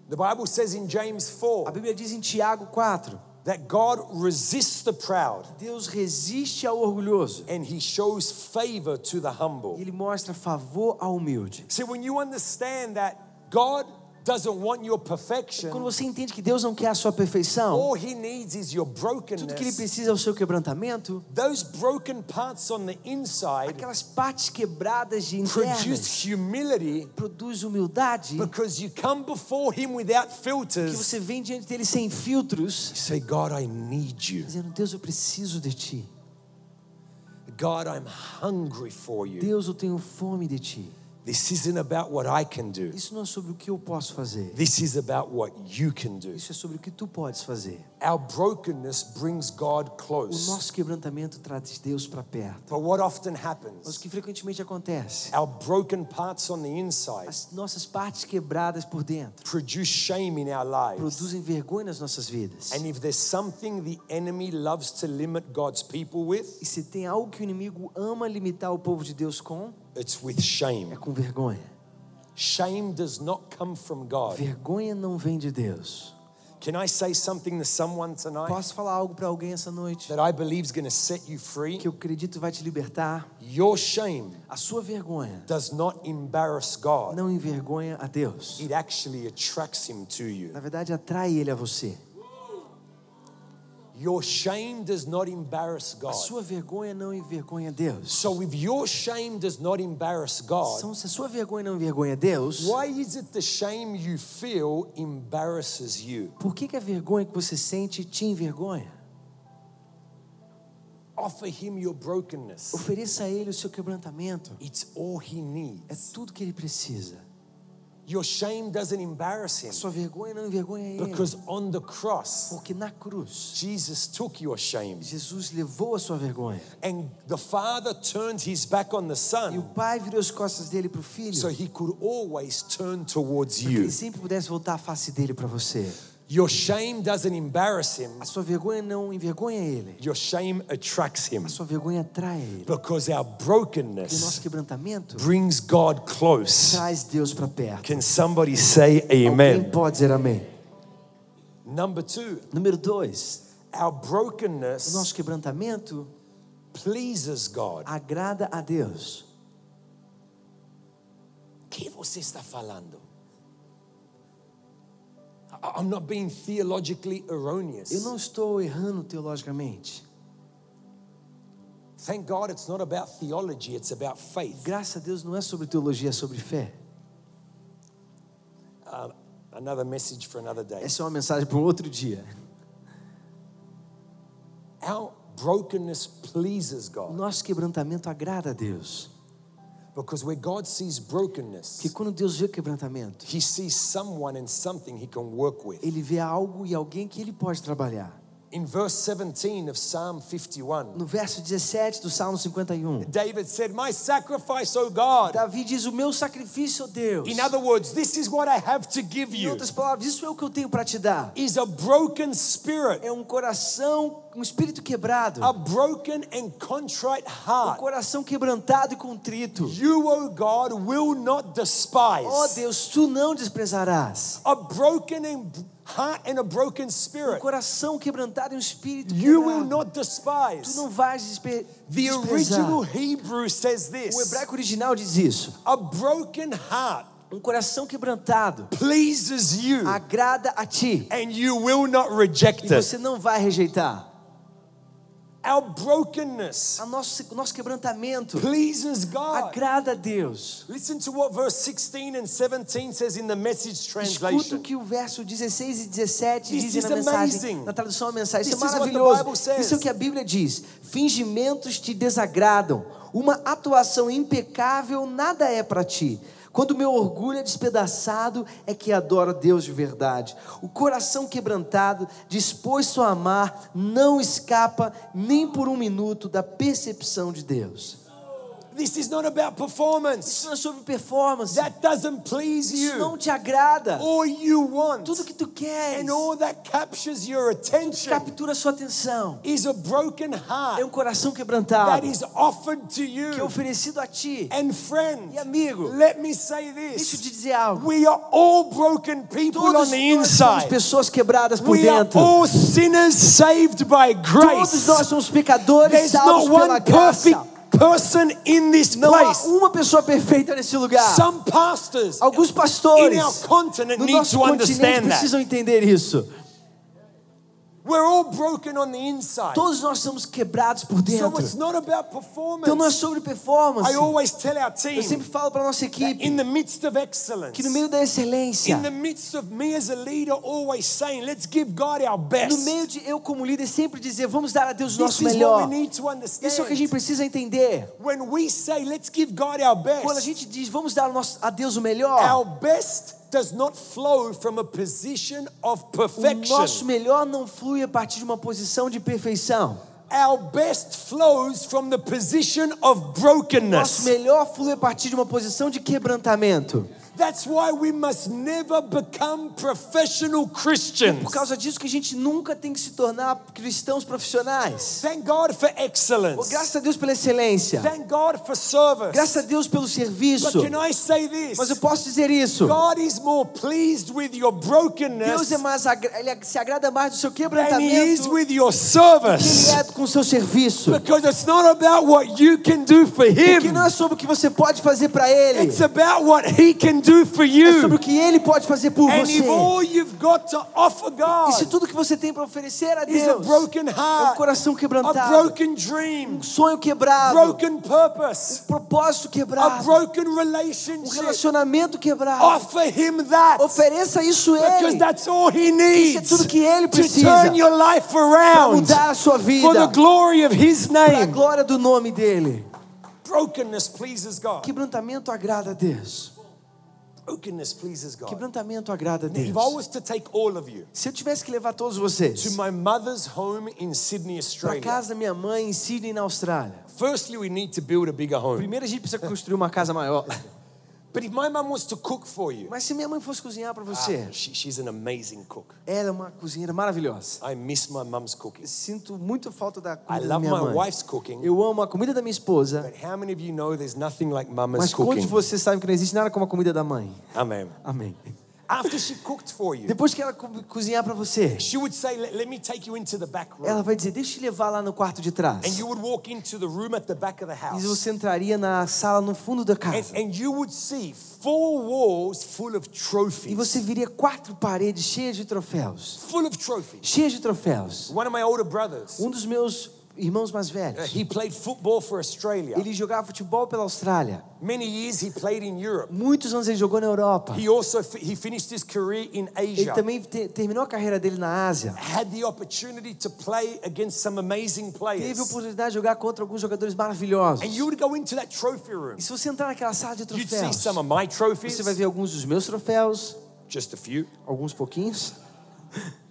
Speaker 2: The Bible says in James
Speaker 3: A
Speaker 2: 4
Speaker 3: Bíblia diz em Tiago 4:
Speaker 2: that God resists the proud
Speaker 3: Deus resiste ao orgulhoso
Speaker 2: and he shows favor to the
Speaker 3: e
Speaker 2: humble.
Speaker 3: ele mostra favor ao humilde.
Speaker 2: See, when you understand that God doesn't want your
Speaker 3: Quando
Speaker 2: perfection,
Speaker 3: você entende que Deus não quer a sua perfeição,
Speaker 2: all he needs is your
Speaker 3: tudo que ele
Speaker 2: brokenness.
Speaker 3: precisa é o seu quebrantamento,
Speaker 2: Those broken parts on the inside
Speaker 3: aquelas partes quebradas de internas
Speaker 2: produce humility
Speaker 3: produz humildade,
Speaker 2: because you come before him without
Speaker 3: que
Speaker 2: filters.
Speaker 3: você vem diante dele sem filtros,
Speaker 2: You say, God, I need you.
Speaker 3: dizendo: Deus, eu preciso de ti.
Speaker 2: God, I'm hungry for you.
Speaker 3: Deus, eu tenho fome de ti.
Speaker 2: This isn't about what I can do.
Speaker 3: Isso não é sobre o que eu posso fazer.
Speaker 2: This is about what you can do.
Speaker 3: Isso é sobre o que tu podes fazer.
Speaker 2: Our brokenness brings God
Speaker 3: O
Speaker 2: close.
Speaker 3: nosso quebrantamento traz Deus para perto.
Speaker 2: But what often
Speaker 3: Mas o
Speaker 2: happens?
Speaker 3: que frequentemente acontece?
Speaker 2: Our broken parts on the inside
Speaker 3: As nossas partes quebradas por dentro
Speaker 2: produce shame in our lives.
Speaker 3: produzem vergonha nas nossas vidas.
Speaker 2: And if there's something the enemy loves to limit God's people with,
Speaker 3: E se tem algo que o inimigo ama limitar o povo de Deus com,
Speaker 2: it's with
Speaker 3: é
Speaker 2: shame.
Speaker 3: com vergonha.
Speaker 2: Shame does not come from God.
Speaker 3: Vergonha não vem de Deus.
Speaker 2: Can I say something to someone tonight
Speaker 3: Posso falar algo para alguém essa noite
Speaker 2: that I believe is going to set you free?
Speaker 3: que eu acredito vai te libertar?
Speaker 2: Your shame
Speaker 3: A sua vergonha
Speaker 2: does not embarrass God.
Speaker 3: não envergonha a Deus.
Speaker 2: it actually attracts him to you.
Speaker 3: Na verdade, atrai ele a você.
Speaker 2: Your shame does not embarrass
Speaker 3: A
Speaker 2: God.
Speaker 3: sua vergonha não envergonha Deus.
Speaker 2: So if your shame does not embarrass God,
Speaker 3: Então, se a sua vergonha não envergonha Deus,
Speaker 2: why is it the shame you feel embarrasses you?
Speaker 3: por que, que a vergonha que você sente te envergonha?
Speaker 2: Offer him your brokenness.
Speaker 3: Ofereça a Ele o seu quebrantamento.
Speaker 2: It's all he
Speaker 3: É
Speaker 2: needs.
Speaker 3: tudo que Ele precisa.
Speaker 2: Your shame doesn't embarrass
Speaker 3: A
Speaker 2: him
Speaker 3: sua vergonha não envergonha Ele.
Speaker 2: because on the cross,
Speaker 3: Porque na cruz,
Speaker 2: Jesus took your shame
Speaker 3: Jesus levou a sua vergonha.
Speaker 2: and the Father turned his back on the
Speaker 3: E
Speaker 2: Son
Speaker 3: o Pai virou as costas dele para o Filho.
Speaker 2: so he could always turn towards
Speaker 3: para que
Speaker 2: you.
Speaker 3: ele sempre pudesse voltar a face dele para você.
Speaker 2: Your shame doesn't embarrass him
Speaker 3: A sua vergonha não envergonha Ele.
Speaker 2: Your shame attracts him
Speaker 3: A sua vergonha atrai Ele.
Speaker 2: because our
Speaker 3: E o nosso
Speaker 2: brokenness
Speaker 3: quebrantamento
Speaker 2: brings God close.
Speaker 3: traz Deus para perto.
Speaker 2: Can somebody say
Speaker 3: Quem
Speaker 2: amen?
Speaker 3: pode dizer amém?
Speaker 2: Number two,
Speaker 3: Número dois,
Speaker 2: our
Speaker 3: o
Speaker 2: brokenness
Speaker 3: nosso quebrantamento
Speaker 2: pleases God.
Speaker 3: agrada a Deus.
Speaker 2: Que você está falando? I- I'm not being theologically erroneous.
Speaker 3: Eu não estou errando teologicamente.
Speaker 2: Thank God it's not about theology, it's about faith.
Speaker 3: Graças a Deus não é sobre teologia, é sobre fé.
Speaker 2: Another message for another day.
Speaker 3: Essa é uma mensagem para um outro dia.
Speaker 2: Our brokenness pleases
Speaker 3: O
Speaker 2: God
Speaker 3: nosso quebrantamento agrada a Deus.
Speaker 2: because where God sees brokenness,
Speaker 3: Porque quando Deus vê o quebrantamento,
Speaker 2: He sees someone and something he can work with.
Speaker 3: Ele vê algo e alguém que Ele pode trabalhar.
Speaker 2: In verse 17 of Psalm 51,
Speaker 3: No verso 17 do Salmo 51,
Speaker 2: David said, My sacrifice, O God.
Speaker 3: Davi diz: O meu sacrifício, ó Deus.
Speaker 2: In other words, this is what I have to give
Speaker 3: Em
Speaker 2: you
Speaker 3: outras palavras, isso é o que eu tenho para te dar.
Speaker 2: is a broken spirit,
Speaker 3: É um coração, um espírito quebrado,
Speaker 2: a broken and contrite
Speaker 3: um
Speaker 2: heart.
Speaker 3: coração quebrantado e contrito.
Speaker 2: You, O God, will not
Speaker 3: Ó
Speaker 2: despise.
Speaker 3: Deus, tu não desprezarás.
Speaker 2: A broken and heart and a broken
Speaker 3: Um
Speaker 2: spirit.
Speaker 3: coração quebrantado e um espírito
Speaker 2: You will
Speaker 3: quebrado.
Speaker 2: not
Speaker 3: Tu
Speaker 2: despise.
Speaker 3: não vais despe
Speaker 2: The
Speaker 3: desprezar.
Speaker 2: original Hebrew says
Speaker 3: O
Speaker 2: this
Speaker 3: hebraico original diz isso.
Speaker 2: a broken heart
Speaker 3: Um coração quebrantado
Speaker 2: pleases you.
Speaker 3: agrada a ti
Speaker 2: and you will not reject
Speaker 3: e
Speaker 2: it.
Speaker 3: você não vai rejeitar.
Speaker 2: Our brokenness
Speaker 3: A nosso, o nosso quebrantamento
Speaker 2: pleases God.
Speaker 3: agrada a Deus.
Speaker 2: Listen to what verse 16 and 17 says in the message
Speaker 3: Escuta o
Speaker 2: translation.
Speaker 3: que o verso 16 e 17
Speaker 2: This
Speaker 3: dizem
Speaker 2: is
Speaker 3: na mensagem,
Speaker 2: amazing.
Speaker 3: na tradução da mensagem. Isso
Speaker 2: This
Speaker 3: é
Speaker 2: is what the
Speaker 3: maravilhoso.
Speaker 2: Bible says.
Speaker 3: Isso é o que a Bíblia diz. Fingimentos te desagradam. Uma atuação impecável nada é para ti. Quando meu orgulho é despedaçado, é que adoro a Deus de verdade. O coração quebrantado, disposto a amar, não escapa nem por um minuto da percepção de Deus.
Speaker 2: This is not about performance.
Speaker 3: Isso não é sobre performance.
Speaker 2: That doesn't please
Speaker 3: Isso
Speaker 2: you.
Speaker 3: não te agrada.
Speaker 2: All you want
Speaker 3: Tudo que tu queres. é
Speaker 2: and oh. all that captures your attention
Speaker 3: captura sua atenção.
Speaker 2: is a broken
Speaker 3: É
Speaker 2: heart
Speaker 3: um coração quebrantado
Speaker 2: that is offered to
Speaker 3: que é
Speaker 2: you. É
Speaker 3: oferecido a ti.
Speaker 2: And friend,
Speaker 3: E amigo,
Speaker 2: let me say
Speaker 3: deixa eu
Speaker 2: this.
Speaker 3: te dizer algo.
Speaker 2: We are all broken people on
Speaker 3: Todos
Speaker 2: the
Speaker 3: nós somos
Speaker 2: inside.
Speaker 3: pessoas quebradas por
Speaker 2: We are
Speaker 3: dentro.
Speaker 2: all sinners saved by
Speaker 3: Todos
Speaker 2: grace.
Speaker 3: nós somos pecadores
Speaker 2: There's
Speaker 3: salvos
Speaker 2: not
Speaker 3: pela
Speaker 2: one
Speaker 3: graça.
Speaker 2: perfect person in this
Speaker 3: Não há
Speaker 2: place.
Speaker 3: uma pessoa perfeita nesse lugar.
Speaker 2: Some pastors
Speaker 3: Alguns
Speaker 2: in
Speaker 3: pastores
Speaker 2: our continent
Speaker 3: no
Speaker 2: need
Speaker 3: nosso
Speaker 2: to
Speaker 3: continente
Speaker 2: understand that.
Speaker 3: precisam entender isso.
Speaker 2: We're all broken on the inside.
Speaker 3: Todos nós somos quebrados por
Speaker 2: So
Speaker 3: dentro.
Speaker 2: it's not about
Speaker 3: Então não é
Speaker 2: performance.
Speaker 3: sobre performance.
Speaker 2: I always tell our
Speaker 3: Eu
Speaker 2: team
Speaker 3: sempre falo para nossa
Speaker 2: that
Speaker 3: equipe
Speaker 2: in the midst of
Speaker 3: que no
Speaker 2: excellence,
Speaker 3: meio da excelência,
Speaker 2: in the midst of me as a leader always saying, let's give God our
Speaker 3: no
Speaker 2: best.
Speaker 3: meio de eu como líder sempre dizer, vamos dar a Deus
Speaker 2: This
Speaker 3: o nosso
Speaker 2: is what
Speaker 3: melhor.
Speaker 2: we need to
Speaker 3: Isso é o que a
Speaker 2: understand.
Speaker 3: gente precisa entender.
Speaker 2: When we say, let's give God our
Speaker 3: Quando a
Speaker 2: best,
Speaker 3: gente diz, vamos dar o nosso- a Deus o melhor,
Speaker 2: our best does not flow from a position of
Speaker 3: o nosso
Speaker 2: perfection.
Speaker 3: melhor não flui a partir de uma posição de perfeição.
Speaker 2: Our best flows from the position of
Speaker 3: Nosso
Speaker 2: brokenness.
Speaker 3: melhor flui a partir de uma posição de quebrantamento.
Speaker 2: That's why we must never become professional
Speaker 3: Por
Speaker 2: Christians.
Speaker 3: causa disso que a gente nunca tem que se tornar cristãos profissionais.
Speaker 2: Thank God for
Speaker 3: Oh,
Speaker 2: excellence.
Speaker 3: graças a Deus pela excelência.
Speaker 2: Thank God for service.
Speaker 3: Graças a Deus pelo
Speaker 2: But
Speaker 3: serviço.
Speaker 2: can I say
Speaker 3: Mas eu
Speaker 2: this?
Speaker 3: posso dizer isso.
Speaker 2: God is more pleased with your
Speaker 3: Deus
Speaker 2: brokenness
Speaker 3: é mais agra- ele se agrada mais do seu
Speaker 2: than He is
Speaker 3: quebrantamento do
Speaker 2: with your
Speaker 3: que ele
Speaker 2: service.
Speaker 3: é com o seu serviço.
Speaker 2: Because it's not about what you can do for
Speaker 3: Que
Speaker 2: Him,
Speaker 3: não é sobre o que você pode fazer para ele.
Speaker 2: it's about what He can do for
Speaker 3: É sobre
Speaker 2: you.
Speaker 3: o que ele pode fazer por
Speaker 2: And
Speaker 3: você.
Speaker 2: if all you've got to offer
Speaker 3: E se
Speaker 2: God
Speaker 3: tudo que você tem para oferecer a
Speaker 2: is a
Speaker 3: Deus
Speaker 2: broken
Speaker 3: é um
Speaker 2: heart,
Speaker 3: coração
Speaker 2: a
Speaker 3: quebrantado,
Speaker 2: broken dream,
Speaker 3: um sonho quebrado,
Speaker 2: broken purpose,
Speaker 3: um propósito
Speaker 2: a
Speaker 3: quebrado,
Speaker 2: broken
Speaker 3: um
Speaker 2: relationship.
Speaker 3: relacionamento quebrado.
Speaker 2: Offer him that.
Speaker 3: Ofereça isso a
Speaker 2: Because
Speaker 3: ele
Speaker 2: that's all he
Speaker 3: Isso é
Speaker 2: needs
Speaker 3: tudo que ele
Speaker 2: to
Speaker 3: precisa
Speaker 2: turn your life
Speaker 3: para
Speaker 2: around
Speaker 3: mudar a sua
Speaker 2: for the
Speaker 3: vida
Speaker 2: glory of his
Speaker 3: para a
Speaker 2: name.
Speaker 3: glória do nome dele.
Speaker 2: Brokenness pleases God.
Speaker 3: Quebrantamento agrada a Deus.
Speaker 2: Brokenness pleases God.
Speaker 3: Quebrantamento agrada a
Speaker 2: If
Speaker 3: Deus.
Speaker 2: I was to take all of you
Speaker 3: Se eu tivesse que levar todos
Speaker 2: to
Speaker 3: vocês
Speaker 2: my mother's home in Sydney,
Speaker 3: para
Speaker 2: Australia,
Speaker 3: casa da minha mãe em Sydney, na Austrália.
Speaker 2: firstly, we need to build a bigger home.
Speaker 3: Primeiro a gente precisa construir uma casa maior.
Speaker 2: But if my mum wants to cook for you, Ah,
Speaker 3: Mas se minha mãe fosse cozinhar para você,
Speaker 2: she, she's an amazing cook.
Speaker 3: ela é uma cozinheira maravilhosa.
Speaker 2: I miss my mum's cooking.
Speaker 3: Sinto muito falta da
Speaker 2: I
Speaker 3: comida da
Speaker 2: love
Speaker 3: minha
Speaker 2: my
Speaker 3: mãe.
Speaker 2: wife's cooking.
Speaker 3: Eu amo a comida da minha esposa,
Speaker 2: But how many of you know there's nothing like mama's
Speaker 3: mas quantos de
Speaker 2: cooking?
Speaker 3: vocês sabem que não existe nada como a comida da mãe?
Speaker 2: Amen.
Speaker 3: Amém.
Speaker 2: After she cooked for you,
Speaker 3: Depois que ela co- cozinhar para você,
Speaker 2: she would say, let, let me take you into the back room.
Speaker 3: ela vai dizer: Deixa eu te levar lá no quarto de trás.
Speaker 2: And
Speaker 3: E
Speaker 2: you would walk into the room at the back of the house.
Speaker 3: você entraria na sala no fundo da
Speaker 2: And,
Speaker 3: casa.
Speaker 2: and you would see four walls full of
Speaker 3: E
Speaker 2: trophies.
Speaker 3: você viria quatro paredes cheias de troféus
Speaker 2: Full of trophies.
Speaker 3: cheias de troféus.
Speaker 2: One of my older brothers,
Speaker 3: Um dos meus irmãos mais
Speaker 2: uh,
Speaker 3: velhos,
Speaker 2: he played football for Australia.
Speaker 3: ele jogava futebol pela Austrália.
Speaker 2: Many years he played in Europe.
Speaker 3: Muitos anos ele jogou na Europa.
Speaker 2: He also fi- he finished his career in
Speaker 3: Ah. Ele
Speaker 2: Asia.
Speaker 3: também te- terminou a carreira dele na Ásia.
Speaker 2: Had the opportunity to play against some amazing
Speaker 3: Teve a
Speaker 2: players.
Speaker 3: oportunidade de jogar contra alguns jogadores
Speaker 2: And you
Speaker 3: maravilhosos.
Speaker 2: would go into that trophy room.
Speaker 3: E se você entrar naquela sala de
Speaker 2: You'd see
Speaker 3: troféus,
Speaker 2: some of my
Speaker 3: você vai
Speaker 2: trophies,
Speaker 3: ver alguns dos meus troféus,
Speaker 2: just a few,
Speaker 3: alguns pouquinhos,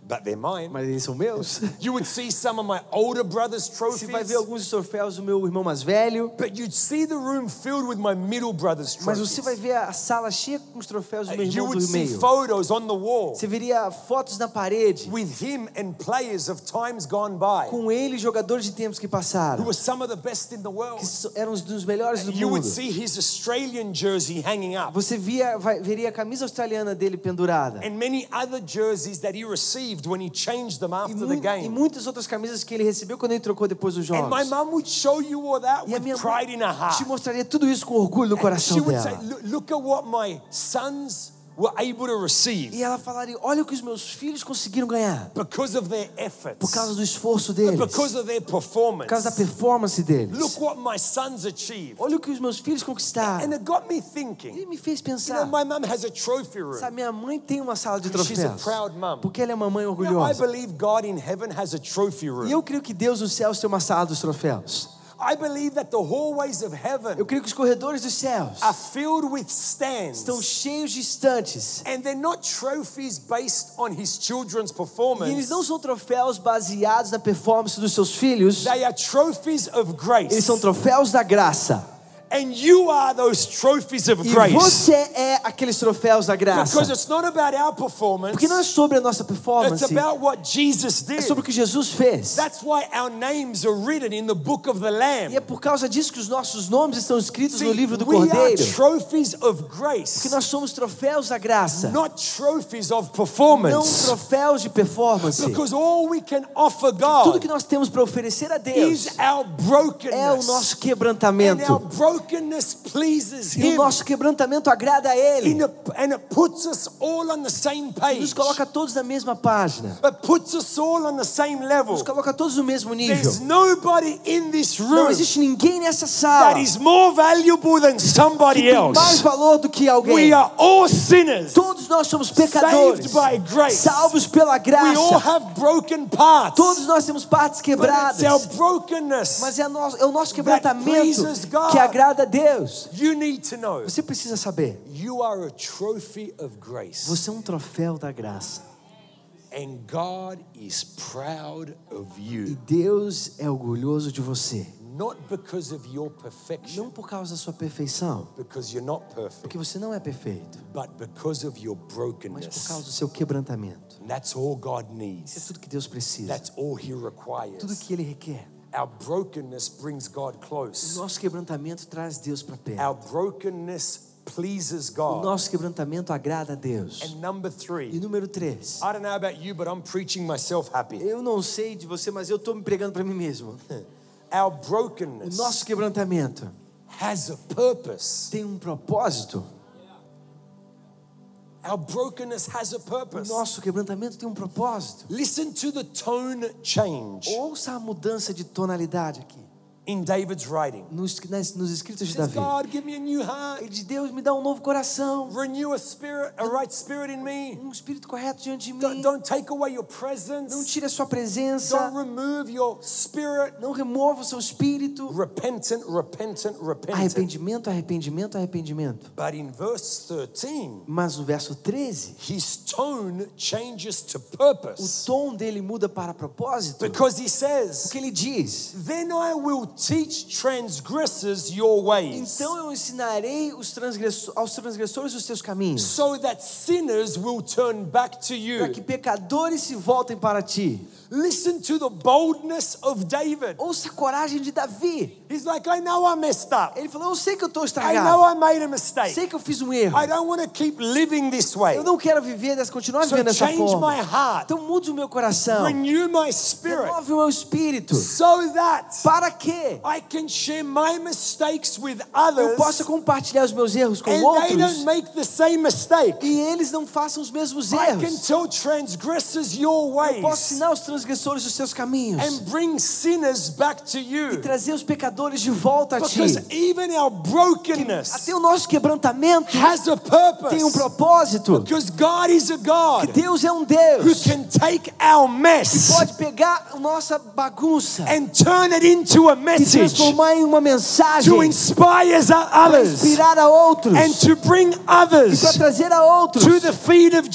Speaker 2: but they're mine.
Speaker 3: mas eles são meus.
Speaker 2: You would see some of my older brother's
Speaker 3: (laughs) Você vai
Speaker 2: trophies,
Speaker 3: ver alguns dos troféus do meu irmão mais velho,
Speaker 2: but you'd see the room filled with my middle brother's
Speaker 3: mas você vai
Speaker 2: trophies.
Speaker 3: ver a sala cheia com os troféus do meu
Speaker 2: You
Speaker 3: irmão
Speaker 2: would
Speaker 3: do
Speaker 2: see
Speaker 3: meio.
Speaker 2: photos on the wall
Speaker 3: Você veria fotos na parede
Speaker 2: with him and players of times gone by
Speaker 3: com ele e jogadores de tempos que
Speaker 2: who
Speaker 3: passaram,
Speaker 2: were some of the best in the world.
Speaker 3: que so- eram os dos melhores do
Speaker 2: You would
Speaker 3: mundo.
Speaker 2: see his Australian jersey hanging up
Speaker 3: Você via, vai- veria a camisa australiana dele pendurada.
Speaker 2: and many other jerseys that he received when he changed them
Speaker 3: e,
Speaker 2: after the
Speaker 3: mui- e
Speaker 2: game.
Speaker 3: muitas outras camisas que ele recebeu quando ele trocou depois dos
Speaker 2: And
Speaker 3: jogos.
Speaker 2: my mum would show you all that
Speaker 3: E a minha
Speaker 2: with pride in her
Speaker 3: mãe te
Speaker 2: heart.
Speaker 3: mostraria tudo isso com orgulho no
Speaker 2: She
Speaker 3: coração
Speaker 2: would say,
Speaker 3: dela.
Speaker 2: "Look- look at what my son's were able to receive
Speaker 3: E ela falaria: Olha o que os meus filhos conseguiram ganhar
Speaker 2: because of their
Speaker 3: por causa
Speaker 2: efforts,
Speaker 3: do esforço deles,
Speaker 2: because
Speaker 3: por
Speaker 2: of their
Speaker 3: causa da
Speaker 2: performance.
Speaker 3: performance Oh, deles.
Speaker 2: Look what my sons achieved.
Speaker 3: Olha o que os meus filhos
Speaker 2: And
Speaker 3: conquistaram.
Speaker 2: it got me thinking.
Speaker 3: Ele me fez
Speaker 2: You know,
Speaker 3: pensar.
Speaker 2: my mum has a trophy room.
Speaker 3: Sabe, minha mãe tem uma sala de
Speaker 2: She's a
Speaker 3: troféus.
Speaker 2: proud mum.
Speaker 3: Porque ela é uma mãe
Speaker 2: You know, I
Speaker 3: orgulhosa.
Speaker 2: believe God in heaven has a trophy
Speaker 3: E
Speaker 2: room.
Speaker 3: eu creio que Deus nos céus tem uma sala dos troféus.
Speaker 2: I believe that the hallways of heaven
Speaker 3: Eu creio que os corredores dos céus
Speaker 2: are filled with
Speaker 3: estão
Speaker 2: stands.
Speaker 3: cheios de estantes.
Speaker 2: And they're not trophies based on his children's
Speaker 3: E eles
Speaker 2: performance.
Speaker 3: não são troféus baseados na performance dos seus filhos.
Speaker 2: They are trophies of
Speaker 3: Eles
Speaker 2: grace.
Speaker 3: são troféus da graça.
Speaker 2: And you are those trophies of
Speaker 3: E
Speaker 2: grace.
Speaker 3: você é aqueles troféus da graça.
Speaker 2: Because it's not about our performance,
Speaker 3: Porque não é sobre a nossa performance,
Speaker 2: it's about what Jesus
Speaker 3: é
Speaker 2: did.
Speaker 3: sobre o que Jesus fez.
Speaker 2: That's why our names are written in the book of the Lamb.
Speaker 3: E é por causa disso que os nossos nomes estão escritos
Speaker 2: See,
Speaker 3: no livro do
Speaker 2: we are
Speaker 3: Cordeiro.
Speaker 2: trophies of
Speaker 3: Porque
Speaker 2: grace,
Speaker 3: nós somos troféus da graça,
Speaker 2: not trophies of
Speaker 3: não
Speaker 2: performance.
Speaker 3: troféus de performance.
Speaker 2: Because all we can offer
Speaker 3: Tudo que
Speaker 2: God
Speaker 3: nós temos para oferecer a Deus
Speaker 2: is our
Speaker 3: é o
Speaker 2: brokenness.
Speaker 3: nosso
Speaker 2: And our
Speaker 3: quebrantamento.
Speaker 2: brokenness pleases
Speaker 3: E o
Speaker 2: Him.
Speaker 3: nosso quebrantamento agrada a
Speaker 2: In
Speaker 3: Ele.
Speaker 2: a- and it puts us all on the same
Speaker 3: E nos
Speaker 2: page.
Speaker 3: coloca todos na mesma página.
Speaker 2: It puts us all on the same level.
Speaker 3: Nos coloca todos no mesmo
Speaker 2: Tipo, There's
Speaker 3: nível.
Speaker 2: nobody in this
Speaker 3: Não
Speaker 2: room
Speaker 3: existe ninguém nessa sala
Speaker 2: that
Speaker 3: que
Speaker 2: is more valuable than somebody
Speaker 3: tem mais
Speaker 2: else.
Speaker 3: valor do que
Speaker 2: We
Speaker 3: alguém.
Speaker 2: are all sinners.
Speaker 3: Todos nós somos
Speaker 2: Saved
Speaker 3: pecadores,
Speaker 2: by grace.
Speaker 3: salvos pela
Speaker 2: We all
Speaker 3: graça.
Speaker 2: have broken parts.
Speaker 3: Todos nós temos partes
Speaker 2: But
Speaker 3: quebradas.
Speaker 2: it's our brokenness.
Speaker 3: Mas é, a nossa- é o nosso quebrantamento
Speaker 2: pleases God.
Speaker 3: que agrada a Deus.
Speaker 2: You need to know
Speaker 3: Você precisa saber,
Speaker 2: you are a trophy of grace,
Speaker 3: você é um troféu da graça.
Speaker 2: and God is proud of
Speaker 3: E
Speaker 2: you,
Speaker 3: Deus é orgulhoso de você.
Speaker 2: not because of your
Speaker 3: Não
Speaker 2: perfection,
Speaker 3: por causa da sua perfeição,
Speaker 2: because you're not perfect,
Speaker 3: porque você não é perfeito,
Speaker 2: but because of your
Speaker 3: mas por
Speaker 2: brokenness.
Speaker 3: causa do seu quebrantamento.
Speaker 2: And that's all God
Speaker 3: Isso é
Speaker 2: needs.
Speaker 3: tudo que Deus precisa,
Speaker 2: That's all He
Speaker 3: tudo
Speaker 2: requires.
Speaker 3: que Ele requer.
Speaker 2: Our brokenness brings God
Speaker 3: O
Speaker 2: close.
Speaker 3: nosso quebrantamento traz Deus para perto.
Speaker 2: Our brokenness pleases
Speaker 3: É O É
Speaker 2: God.
Speaker 3: nosso quebrantamento agrada a Deus.
Speaker 2: And number
Speaker 3: E
Speaker 2: three,
Speaker 3: número três,
Speaker 2: I don't know about you, but I'm preaching myself happy.
Speaker 3: eu não sei de você, mas eu estou me pregando para mim mesmo.
Speaker 2: Our
Speaker 3: (laughs) O
Speaker 2: brokenness
Speaker 3: nosso quebrantamento
Speaker 2: has a purpose.
Speaker 3: tem um propósito.
Speaker 2: Our brokenness has a
Speaker 3: O
Speaker 2: purpose.
Speaker 3: nosso quebrantamento tem um propósito.
Speaker 2: Listen to the tone change
Speaker 3: Ouça a mudança de tonalidade aqui.
Speaker 2: in David's writing.
Speaker 3: Nos, nas- nos escritos
Speaker 2: He
Speaker 3: de
Speaker 2: says,
Speaker 3: Davi.
Speaker 2: God, give me a new heart.
Speaker 3: Ele diz, Deus me dá um novo coração,
Speaker 2: Renew a spirit, a right spirit in me.
Speaker 3: um espírito correto diante de
Speaker 2: Don't,
Speaker 3: mim.
Speaker 2: don't take away your
Speaker 3: Não
Speaker 2: presence.
Speaker 3: tire a sua
Speaker 2: Don't
Speaker 3: presença,
Speaker 2: remove your spirit.
Speaker 3: não remova o seu espírito.
Speaker 2: Repentant, repentant, repentant.
Speaker 3: Arrependimento, arrependimento, arrependimento.
Speaker 2: But in verse 13,
Speaker 3: Mas no verso 13,
Speaker 2: his tone changes to
Speaker 3: o
Speaker 2: purpose
Speaker 3: tom dele muda para propósito.
Speaker 2: because he says,
Speaker 3: Porque ele diz:
Speaker 2: Then I will teach transgressors your ways,
Speaker 3: Então eu ensinarei os transgressores, aos transgressores os seus caminhos,
Speaker 2: so that sinners will turn back to
Speaker 3: para
Speaker 2: you.
Speaker 3: que pecadores se voltem para ti.
Speaker 2: Listen to the boldness of David.
Speaker 3: Ouça a coragem de Davi.
Speaker 2: He's like, I know I messed up.
Speaker 3: Ele falou: Eu sei que eu estou
Speaker 2: I know
Speaker 3: estragado,
Speaker 2: I made a mistake.
Speaker 3: sei que eu fiz um erro.
Speaker 2: I don't want to keep living this way.
Speaker 3: Eu não quero viver dessa, continuar
Speaker 2: So
Speaker 3: vivendo dessa
Speaker 2: change my
Speaker 3: forma.
Speaker 2: heart.
Speaker 3: Então mude o meu coração.
Speaker 2: Renew my spirit
Speaker 3: Renove o meu espírito.
Speaker 2: so that
Speaker 3: Para que
Speaker 2: I can share my mistakes with
Speaker 3: eu
Speaker 2: others
Speaker 3: possa compartilhar os meus erros com
Speaker 2: and they don't
Speaker 3: outros
Speaker 2: make the same mistake.
Speaker 3: e eles não façam os mesmos
Speaker 2: I can
Speaker 3: erros.
Speaker 2: tell transgressors your
Speaker 3: Posso
Speaker 2: ways
Speaker 3: ensinar os transgressores os seus caminhos
Speaker 2: and bring sinners back to
Speaker 3: e
Speaker 2: you.
Speaker 3: trazer os pecadores de volta a ti.
Speaker 2: Because even our brokenness
Speaker 3: Até o nosso quebrantamento
Speaker 2: has a
Speaker 3: tem
Speaker 2: purpose.
Speaker 3: um propósito.
Speaker 2: Because God is a God
Speaker 3: Que Deus é um
Speaker 2: who
Speaker 3: Deus
Speaker 2: can take our
Speaker 3: que
Speaker 2: mess
Speaker 3: pode pegar a nossa bagunça
Speaker 2: and turn it into a
Speaker 3: e
Speaker 2: message
Speaker 3: transformar em uma
Speaker 2: to
Speaker 3: mensagem
Speaker 2: inspire
Speaker 3: para
Speaker 2: others
Speaker 3: inspirar a outros
Speaker 2: and
Speaker 3: e
Speaker 2: to bring
Speaker 3: para
Speaker 2: others
Speaker 3: trazer a outros
Speaker 2: to the feet of
Speaker 3: para os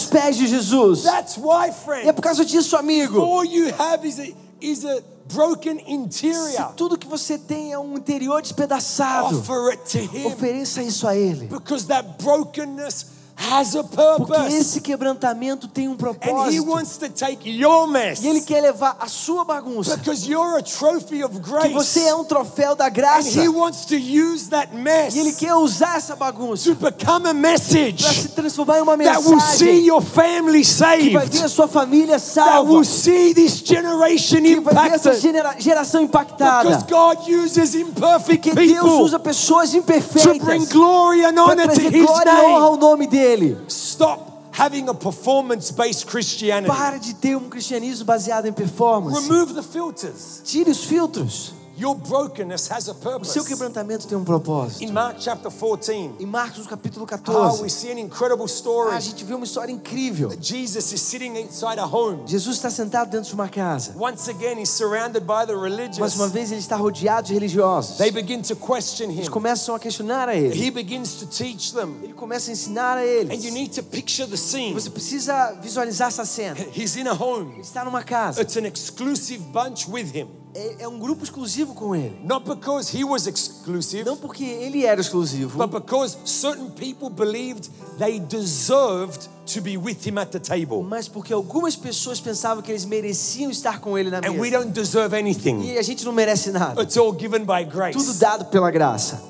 Speaker 2: Jesus.
Speaker 3: pés de Jesus.
Speaker 2: That's why,
Speaker 3: E é por
Speaker 2: friend,
Speaker 3: causa disso, amigo.
Speaker 2: all you have is a, is a broken
Speaker 3: Se
Speaker 2: interior.
Speaker 3: tudo que você tem é um interior despedaçado,
Speaker 2: Offer it to Him
Speaker 3: ofereça isso a Ele.
Speaker 2: because that brokenness has a
Speaker 3: Porque
Speaker 2: purpose.
Speaker 3: esse quebrantamento tem um
Speaker 2: And He
Speaker 3: propósito.
Speaker 2: wants to take your mess
Speaker 3: E Ele quer levar a sua bagunça,
Speaker 2: because you're a trophy of
Speaker 3: que
Speaker 2: grace.
Speaker 3: você é um troféu da
Speaker 2: And
Speaker 3: graça.
Speaker 2: He wants to use that
Speaker 3: E Ele
Speaker 2: mess
Speaker 3: quer usar essa
Speaker 2: to
Speaker 3: bagunça
Speaker 2: become a message
Speaker 3: para se transformar em uma
Speaker 2: that will see
Speaker 3: mensagem
Speaker 2: your family
Speaker 3: que vai ver
Speaker 2: saved,
Speaker 3: a sua família
Speaker 2: that
Speaker 3: salva,
Speaker 2: will see this generation
Speaker 3: que vai ver essa
Speaker 2: impacted.
Speaker 3: genera- geração
Speaker 2: Because
Speaker 3: impactada.
Speaker 2: God uses imperfect
Speaker 3: Porque Deus
Speaker 2: people
Speaker 3: usa pessoas
Speaker 2: to bring
Speaker 3: imperfeitas
Speaker 2: glory and
Speaker 3: para
Speaker 2: honor to
Speaker 3: trazer
Speaker 2: His
Speaker 3: glória e honra
Speaker 2: name.
Speaker 3: ao nome ele.
Speaker 2: Stop having a performance based Christianity.
Speaker 3: Pare de ter um cristianismo baseado em performance.
Speaker 2: Remove the filters.
Speaker 3: Tire os filtros.
Speaker 2: Your brokenness has a
Speaker 3: O seu
Speaker 2: purpose.
Speaker 3: quebrantamento tem um propósito.
Speaker 2: In Mark chapter 14,
Speaker 3: Em Marcos, no capítulo
Speaker 2: oh, we
Speaker 3: 14,
Speaker 2: see an incredible story.
Speaker 3: a gente vê uma história incrível.
Speaker 2: Jesus is sitting inside a home.
Speaker 3: Jesus está sentado dentro de uma casa.
Speaker 2: Once again, he's surrounded by the
Speaker 3: Mais uma
Speaker 2: religious.
Speaker 3: vez, ele está rodeado de religiosos.
Speaker 2: They begin to question
Speaker 3: Eles
Speaker 2: him.
Speaker 3: começam a questionar a ele.
Speaker 2: He begins to teach them.
Speaker 3: Ele começa a ensinar a
Speaker 2: And you
Speaker 3: eles.
Speaker 2: need to picture the scene.
Speaker 3: Você precisa visualizar essa cena. Ele
Speaker 2: He's in a home.
Speaker 3: está numa casa.
Speaker 2: It's an exclusive bunch with him.
Speaker 3: É, é um grupo exclusivo com ele.
Speaker 2: Not because he was exclusive,
Speaker 3: Não porque ele era exclusivo,
Speaker 2: but because certain people believed they deserved to be with him at the table.
Speaker 3: mas porque algumas pessoas pensavam que eles mereciam estar com ele na
Speaker 2: And we
Speaker 3: mesa.
Speaker 2: don't deserve anything.
Speaker 3: E a gente não merece nada.
Speaker 2: It's all given by
Speaker 3: Tudo
Speaker 2: grace.
Speaker 3: dado pela graça.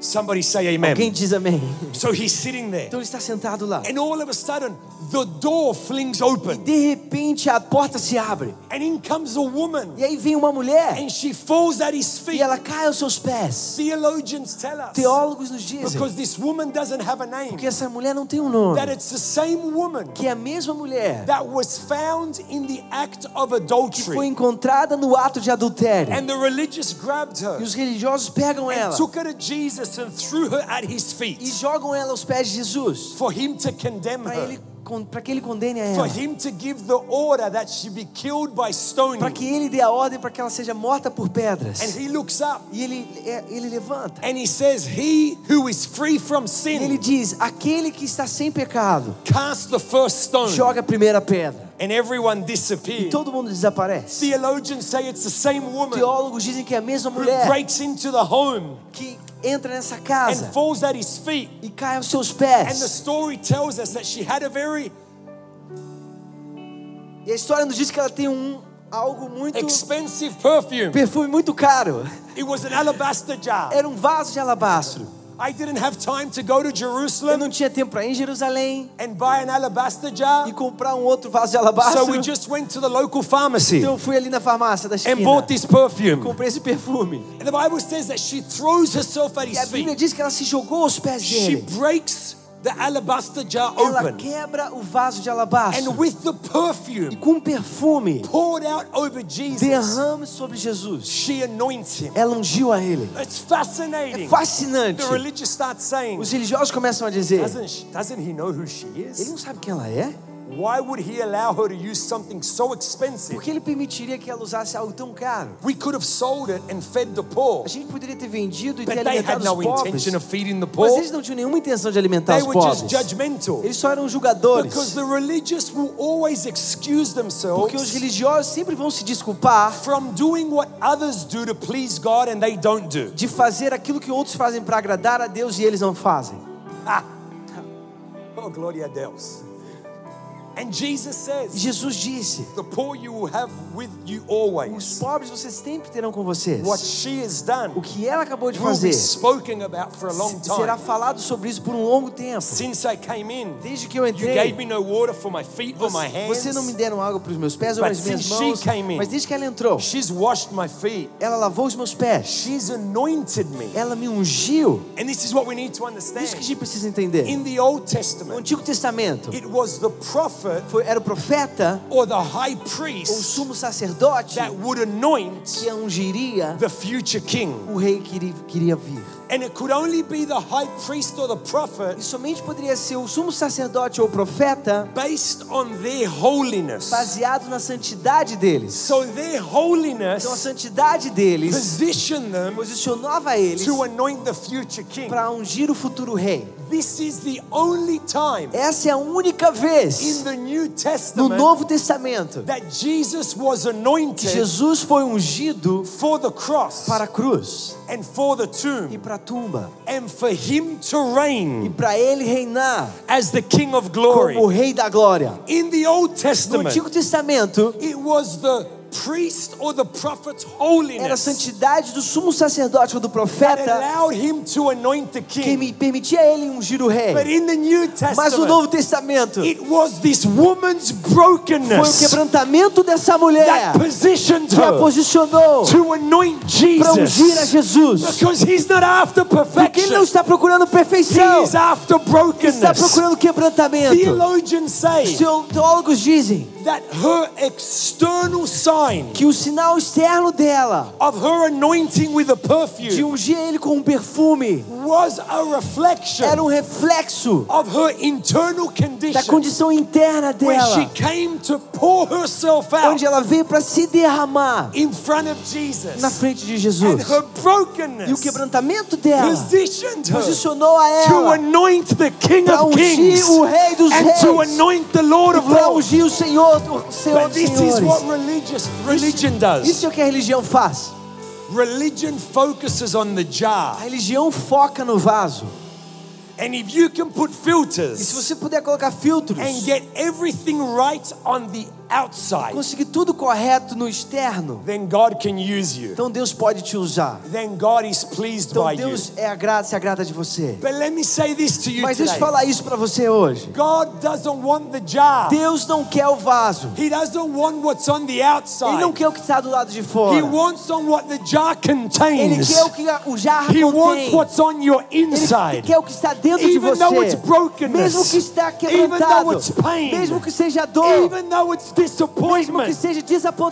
Speaker 2: Somebody say amen.
Speaker 3: Quem diz amém?
Speaker 2: So he's sitting there.
Speaker 3: Então ele está sentado lá.
Speaker 2: And all of a sudden, the door flings open.
Speaker 3: De repente a porta se abre.
Speaker 2: And in comes a woman.
Speaker 3: E aí vem uma mulher.
Speaker 2: And she falls at his
Speaker 3: E
Speaker 2: feet.
Speaker 3: ela cai aos seus pés.
Speaker 2: Theologians tell us
Speaker 3: Teólogos nos dizem
Speaker 2: because this woman doesn't have a name
Speaker 3: que essa mulher não tem um nome.
Speaker 2: that it's the same woman
Speaker 3: Que é a mesma mulher
Speaker 2: that was found in the act of
Speaker 3: que
Speaker 2: adultery.
Speaker 3: foi encontrada no ato de adultério.
Speaker 2: And the religious grabbed
Speaker 3: E
Speaker 2: her
Speaker 3: os religiosos pegam
Speaker 2: and
Speaker 3: ela
Speaker 2: took her to Jesus and threw her at his
Speaker 3: e
Speaker 2: feet
Speaker 3: jogam ela aos pés de Jesus
Speaker 2: for him to condemn
Speaker 3: para ele
Speaker 2: her,
Speaker 3: con- para que ele condene a
Speaker 2: for
Speaker 3: ela,
Speaker 2: him to give the order that she be killed by
Speaker 3: para
Speaker 2: stoning.
Speaker 3: que ele dê a ordem para que ela seja morta por pedras.
Speaker 2: And he looks up
Speaker 3: E ele é- ele levanta.
Speaker 2: and he says, He who is free from
Speaker 3: E ele
Speaker 2: sin,
Speaker 3: diz: "Aquele que está sem pecado,
Speaker 2: cast the first stone.
Speaker 3: joga a primeira pedra."
Speaker 2: And everyone disappeared.
Speaker 3: Todo mundo desaparece.
Speaker 2: Theologians say it's the same woman
Speaker 3: Teólogos dizem que é a mesma
Speaker 2: who
Speaker 3: mulher
Speaker 2: breaks into the home
Speaker 3: que entra nessa
Speaker 2: and
Speaker 3: casa
Speaker 2: falls at his feet.
Speaker 3: e cai aos seus
Speaker 2: And the
Speaker 3: pés.
Speaker 2: story tells us that she had a very
Speaker 3: E a história nos diz que ela tem um algo muito
Speaker 2: expensive perfume.
Speaker 3: perfume muito caro.
Speaker 2: It was an alabaster jar.
Speaker 3: Era um vaso de alabastro.
Speaker 2: I didn't have time to go to
Speaker 3: Eu
Speaker 2: Jerusalem
Speaker 3: não tinha tempo para ir em Jerusalém.
Speaker 2: and buy an alabaster
Speaker 3: e
Speaker 2: jar,
Speaker 3: comprar um outro vaso de
Speaker 2: so we
Speaker 3: alabastro.
Speaker 2: just went to the local pharmacy
Speaker 3: Então eu fui ali na farmácia da
Speaker 2: and
Speaker 3: esquina.
Speaker 2: bought this perfume.
Speaker 3: Comprei esse perfume.
Speaker 2: And the Bible says that she throws herself at
Speaker 3: E a
Speaker 2: his
Speaker 3: Bíblia
Speaker 2: feet.
Speaker 3: diz que ela se jogou aos pés
Speaker 2: She
Speaker 3: dele.
Speaker 2: breaks the alabaster jar
Speaker 3: Ela
Speaker 2: open
Speaker 3: quebra o vaso de alabastro.
Speaker 2: and with the
Speaker 3: E
Speaker 2: perfume
Speaker 3: com perfume,
Speaker 2: poured out over Jesus,
Speaker 3: derrama sobre Jesus.
Speaker 2: she anoints him.
Speaker 3: Ela ungiu a ele.
Speaker 2: It's
Speaker 3: É
Speaker 2: fascinating.
Speaker 3: fascinante.
Speaker 2: The religious start saying,
Speaker 3: Os religiosos começam a dizer,
Speaker 2: doesn't, she- doesn't he know who she
Speaker 3: ele
Speaker 2: is?
Speaker 3: não sabe quem ela é?
Speaker 2: Why would he allow her to use something so expensive?
Speaker 3: Por que ele permitiria que ela usasse algo tão caro?
Speaker 2: We could have sold it and fed the poor,
Speaker 3: A gente poderia ter vendido e ter
Speaker 2: but they had
Speaker 3: alimentado
Speaker 2: no
Speaker 3: os pobres.
Speaker 2: intention of feeding the
Speaker 3: Mas
Speaker 2: poor.
Speaker 3: eles não tinham nenhuma intenção de alimentar
Speaker 2: They
Speaker 3: os
Speaker 2: were just
Speaker 3: pobres.
Speaker 2: judgmental
Speaker 3: Eles só eram julgadores.
Speaker 2: because the religious will always excuse
Speaker 3: Porque os
Speaker 2: themselves
Speaker 3: religiosos sempre vão se desculpar
Speaker 2: from doing what others do to please God and they don't do.
Speaker 3: de fazer aquilo que outros fazem para agradar a Deus e eles não fazem.
Speaker 2: Oh, Gloria a Deus. And Jesus
Speaker 3: E
Speaker 2: says,
Speaker 3: Jesus disse:
Speaker 2: The poor you will have with you
Speaker 3: Os
Speaker 2: always.
Speaker 3: pobres vocês sempre terão com vocês.
Speaker 2: What she has
Speaker 3: O
Speaker 2: done
Speaker 3: que ela acabou de
Speaker 2: will
Speaker 3: fazer
Speaker 2: be spoken about for a long
Speaker 3: se- será
Speaker 2: time.
Speaker 3: falado sobre isso por um longo tempo.
Speaker 2: Since I came in,
Speaker 3: Desde que eu
Speaker 2: You gave
Speaker 3: entrei,
Speaker 2: me no water for my feet or my
Speaker 3: você,
Speaker 2: hands.
Speaker 3: você não me deram água para os meus pés ou
Speaker 2: But
Speaker 3: para as minhas
Speaker 2: since she
Speaker 3: mãos.
Speaker 2: came in-
Speaker 3: Mas desde que ela entrou,
Speaker 2: She's washed my feet.
Speaker 3: ela lavou os meus pés.
Speaker 2: She's anointed me.
Speaker 3: Ela me ungiu.
Speaker 2: And this is what we need to
Speaker 3: Isso que a
Speaker 2: understand.
Speaker 3: gente precisa entender.
Speaker 2: In the Old
Speaker 3: No
Speaker 2: Testament,
Speaker 3: Antigo Testamento,
Speaker 2: it was the prophet
Speaker 3: foi- era o profeta
Speaker 2: or the high
Speaker 3: ou o
Speaker 2: priest
Speaker 3: sumo sacerdote
Speaker 2: that would anoint
Speaker 3: que a ungiria
Speaker 2: the future king.
Speaker 3: o rei que iri- queria vir.
Speaker 2: And it could only be the high priest or the
Speaker 3: E
Speaker 2: prophet
Speaker 3: somente poderia ser o sumo sacerdote ou profeta
Speaker 2: based on their holiness.
Speaker 3: baseado na santidade deles.
Speaker 2: So their
Speaker 3: Então a
Speaker 2: holiness
Speaker 3: santidade deles
Speaker 2: positioned them
Speaker 3: posicionava eles
Speaker 2: to anoint the future king.
Speaker 3: para ungir o futuro rei.
Speaker 2: This is the only time
Speaker 3: Essa é a única
Speaker 2: in
Speaker 3: vez
Speaker 2: the New
Speaker 3: no
Speaker 2: Testament
Speaker 3: Novo Testamento
Speaker 2: that Jesus was
Speaker 3: que
Speaker 2: anointed
Speaker 3: Jesus foi ungido
Speaker 2: for the cross
Speaker 3: para a cruz
Speaker 2: and for the
Speaker 3: e
Speaker 2: tomb
Speaker 3: para a tumba
Speaker 2: and for him to
Speaker 3: e
Speaker 2: reign
Speaker 3: para ele reinar
Speaker 2: as the King of
Speaker 3: como o
Speaker 2: glory.
Speaker 3: rei da glória.
Speaker 2: In the Old
Speaker 3: No
Speaker 2: Testament,
Speaker 3: Antigo Testamento
Speaker 2: it was the priest or the prophet's
Speaker 3: Era a
Speaker 2: holiness
Speaker 3: santidade do sumo sacerdote ou do
Speaker 2: that
Speaker 3: profeta
Speaker 2: allowed him to anoint the
Speaker 3: que
Speaker 2: king.
Speaker 3: me permitia a ele ungir o rei.
Speaker 2: But in the New
Speaker 3: Mas no
Speaker 2: Testament,
Speaker 3: Novo Testamento
Speaker 2: it was this woman's
Speaker 3: foi o
Speaker 2: brokenness
Speaker 3: quebrantamento dessa mulher
Speaker 2: that positioned
Speaker 3: que a
Speaker 2: her
Speaker 3: posicionou
Speaker 2: to anoint
Speaker 3: para ungir a
Speaker 2: Jesus.
Speaker 3: Jesus.
Speaker 2: Because he's not after
Speaker 3: Porque ele não
Speaker 2: perfection,
Speaker 3: está procurando perfeição,
Speaker 2: he's after
Speaker 3: está
Speaker 2: brokenness.
Speaker 3: procurando quebrantamento.
Speaker 2: Theologians
Speaker 3: Os
Speaker 2: say
Speaker 3: teo- teólogos dizem
Speaker 2: that her external sign
Speaker 3: que o sinal externo dela
Speaker 2: of her anointing with a
Speaker 3: de
Speaker 2: perfume
Speaker 3: ungir ele com um perfume
Speaker 2: was a reflection
Speaker 3: era um reflexo
Speaker 2: of her internal
Speaker 3: da
Speaker 2: condition
Speaker 3: condição interna
Speaker 2: where she
Speaker 3: dela,
Speaker 2: came to pour herself out
Speaker 3: onde ela veio para se derramar
Speaker 2: in front of
Speaker 3: na
Speaker 2: Jesus.
Speaker 3: frente de
Speaker 2: And
Speaker 3: Jesus.
Speaker 2: her
Speaker 3: E o
Speaker 2: brokenness
Speaker 3: quebrantamento dela
Speaker 2: positioned her
Speaker 3: posicionou a
Speaker 2: to
Speaker 3: ela
Speaker 2: anoint the King
Speaker 3: Pra
Speaker 2: of
Speaker 3: ungir
Speaker 2: Kings
Speaker 3: o Rei dos
Speaker 2: and to
Speaker 3: Reis.
Speaker 2: anoint the Lord of
Speaker 3: para
Speaker 2: Lords.
Speaker 3: ungir o Senhor, o Senhor
Speaker 2: But
Speaker 3: dos
Speaker 2: this is
Speaker 3: Senhores.
Speaker 2: what religious religion does.
Speaker 3: Isso é o que a religião faz.
Speaker 2: Religion focuses on the jar.
Speaker 3: A religião foca no vaso.
Speaker 2: And if you can put
Speaker 3: E se
Speaker 2: filters
Speaker 3: você puder colocar filtros,
Speaker 2: and get everything right on the outside,
Speaker 3: conseguir tudo correto no externo,
Speaker 2: then God can use you.
Speaker 3: então Deus pode te usar.
Speaker 2: Then God is pleased by
Speaker 3: Então
Speaker 2: you.
Speaker 3: Deus é agrada, se agrada de você.
Speaker 2: But let me say this to you
Speaker 3: Mas deixa eu
Speaker 2: today.
Speaker 3: falar isso para você hoje.
Speaker 2: God doesn't want the jar.
Speaker 3: Deus não quer o vaso.
Speaker 2: He doesn't want what's on the
Speaker 3: Ele não
Speaker 2: outside.
Speaker 3: quer o que está do lado de
Speaker 2: He
Speaker 3: fora.
Speaker 2: wants on what the jar
Speaker 3: Ele
Speaker 2: contains.
Speaker 3: quer o que a- o jarro
Speaker 2: He wants
Speaker 3: contém.
Speaker 2: what's on your
Speaker 3: Ele
Speaker 2: inside.
Speaker 3: quer o que está dentro de
Speaker 2: Even though it's
Speaker 3: você.
Speaker 2: brokenness.
Speaker 3: Mesmo que está
Speaker 2: Even though
Speaker 3: quebrantado.
Speaker 2: it's pain.
Speaker 3: Mesmo que seja dor.
Speaker 2: Even though it's
Speaker 3: Mesmo que
Speaker 2: disappointment.
Speaker 3: seja
Speaker 2: That's all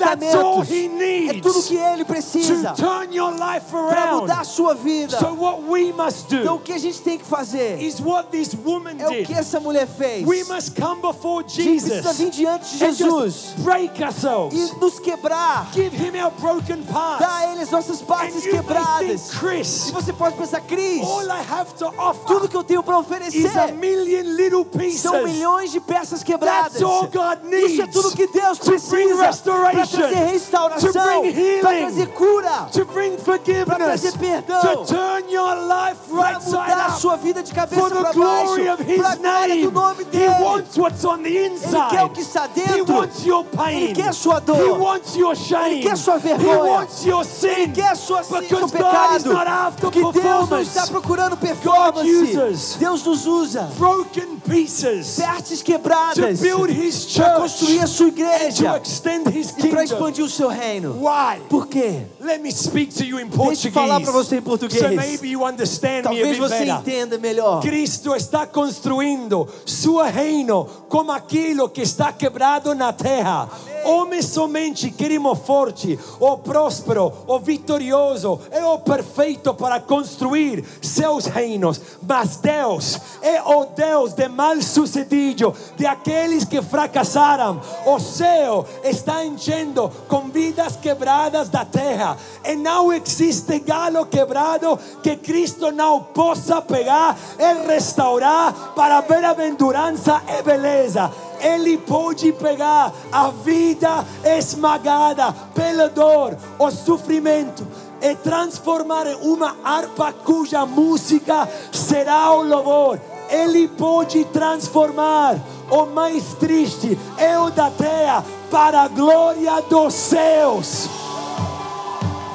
Speaker 3: desapontamento.
Speaker 2: he
Speaker 3: É tudo
Speaker 2: needs
Speaker 3: que ele
Speaker 2: to
Speaker 3: precisa
Speaker 2: turn your life
Speaker 3: para mudar a
Speaker 2: around.
Speaker 3: sua vida.
Speaker 2: So what we must
Speaker 3: Então o
Speaker 2: do
Speaker 3: que a gente tem que fazer
Speaker 2: is what this woman
Speaker 3: é o
Speaker 2: did.
Speaker 3: que essa mulher fez.
Speaker 2: We must come before
Speaker 3: A gente precisa
Speaker 2: Jesus
Speaker 3: vir diante de
Speaker 2: and
Speaker 3: Jesus
Speaker 2: just break
Speaker 3: e
Speaker 2: ourselves.
Speaker 3: nos quebrar.
Speaker 2: Give him our broken
Speaker 3: Dá a
Speaker 2: parts.
Speaker 3: ele as nossas
Speaker 2: And
Speaker 3: partes
Speaker 2: you may think,
Speaker 3: quebradas. E
Speaker 2: Chris,
Speaker 3: você pode pensar, Cris,
Speaker 2: all I have to
Speaker 3: tudo
Speaker 2: offer
Speaker 3: que eu tenho para
Speaker 2: is a
Speaker 3: oferecer
Speaker 2: million little
Speaker 3: são
Speaker 2: pieces.
Speaker 3: milhões de peças quebradas.
Speaker 2: That's all God needs.
Speaker 3: Isso é tudo que Deus
Speaker 2: to bring
Speaker 3: precisa para
Speaker 2: restoration,
Speaker 3: trazer restauração,
Speaker 2: to bring healing,
Speaker 3: para trazer cura,
Speaker 2: To bring forgiveness.
Speaker 3: Pra trazer perdão.
Speaker 2: To turn your life
Speaker 3: para
Speaker 2: right side
Speaker 3: mudar a
Speaker 2: up.
Speaker 3: sua vida de cabeça
Speaker 2: For the
Speaker 3: para
Speaker 2: glory of
Speaker 3: baixo,
Speaker 2: his
Speaker 3: para a glória do
Speaker 2: name.
Speaker 3: nome
Speaker 2: He
Speaker 3: dele.
Speaker 2: wants what's on the inside.
Speaker 3: quer o que está
Speaker 2: He
Speaker 3: dentro.
Speaker 2: wants your pain.
Speaker 3: Ele quer a sua dor.
Speaker 2: He wants your shame.
Speaker 3: Ele quer a sua
Speaker 2: He
Speaker 3: vergonha.
Speaker 2: wants your sin.
Speaker 3: Ele quer a é sua seu
Speaker 2: Because God is
Speaker 3: pecado.
Speaker 2: not after
Speaker 3: Porque Deus não
Speaker 2: performance.
Speaker 3: está procurando performance.
Speaker 2: uses.
Speaker 3: Deus nos usa.
Speaker 2: Broken pieces
Speaker 3: Partes
Speaker 2: to
Speaker 3: quebradas.
Speaker 2: build his
Speaker 3: Para
Speaker 2: church
Speaker 3: construir a sua
Speaker 2: and to
Speaker 3: igreja.
Speaker 2: extend his
Speaker 3: E para
Speaker 2: kingdom.
Speaker 3: expandir o seu reino.
Speaker 2: Why?
Speaker 3: Por quê?
Speaker 2: Let me speak to you in
Speaker 3: Deixa eu falar
Speaker 2: Portuguese.
Speaker 3: para você em português.
Speaker 2: So maybe you understand me a
Speaker 3: Talvez
Speaker 2: bit
Speaker 3: você
Speaker 2: better.
Speaker 3: entenda melhor.
Speaker 2: Cristo está construindo seu reino como aquilo que está quebrado na terra. Homens somente queremos forte, ou próspero, ou vitorioso, é o perfeito para construir seus reinos. Mas Deus é o Deus de mal sucedido, de aqueles que fracassaram. O céu está enchendo com vidas quebradas da terra. E não existe galo quebrado que Cristo não possa pegar e restaurar para ver a venturança e beleza. Ele pode pegar a vida esmagada pela dor, o sofrimento e transformar em uma harpa cuja música será o louvor. Ele pode transformar o mais triste eu da terra para a glória dos céus.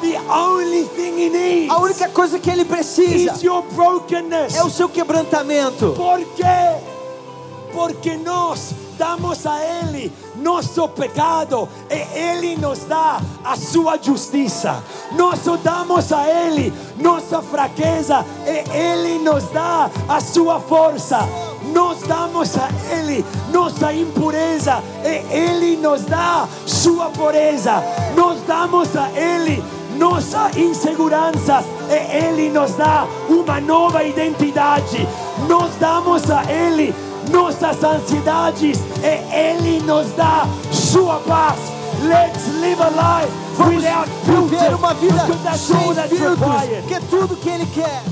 Speaker 2: The only thing he needs
Speaker 3: A única coisa que ele precisa
Speaker 2: is your brokenness.
Speaker 3: é o seu quebrantamento.
Speaker 2: ¿Por qué? Porque nós damos a Ele nosso pecado e Ele nos dá a sua justiça. Nós damos a Ele nossa fraqueza e Ele nos dá a sua força. Nós damos a Ele nossa impureza e Ele nos dá sua pureza. Nós damos a Ele nossas inseguranças e Ele nos dá uma nova identidade. Nós damos a Ele nossas ansiedades e Ele nos dá sua paz. Let's live a life
Speaker 3: Vamos
Speaker 2: without
Speaker 3: viver
Speaker 2: filters,
Speaker 3: uma vida
Speaker 2: because that's all
Speaker 3: sem
Speaker 2: that's
Speaker 3: filtros,
Speaker 2: required.
Speaker 3: que é tudo que ele quer.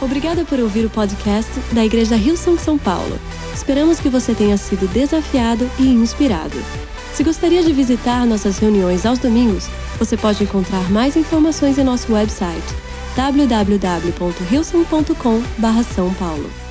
Speaker 1: Obrigada por ouvir o podcast da Igreja Hillsong São Paulo. Esperamos que você tenha sido desafiado e inspirado. Se gostaria de visitar nossas reuniões aos domingos, você pode encontrar mais informações em nosso website www.hillsong.com/são paulo.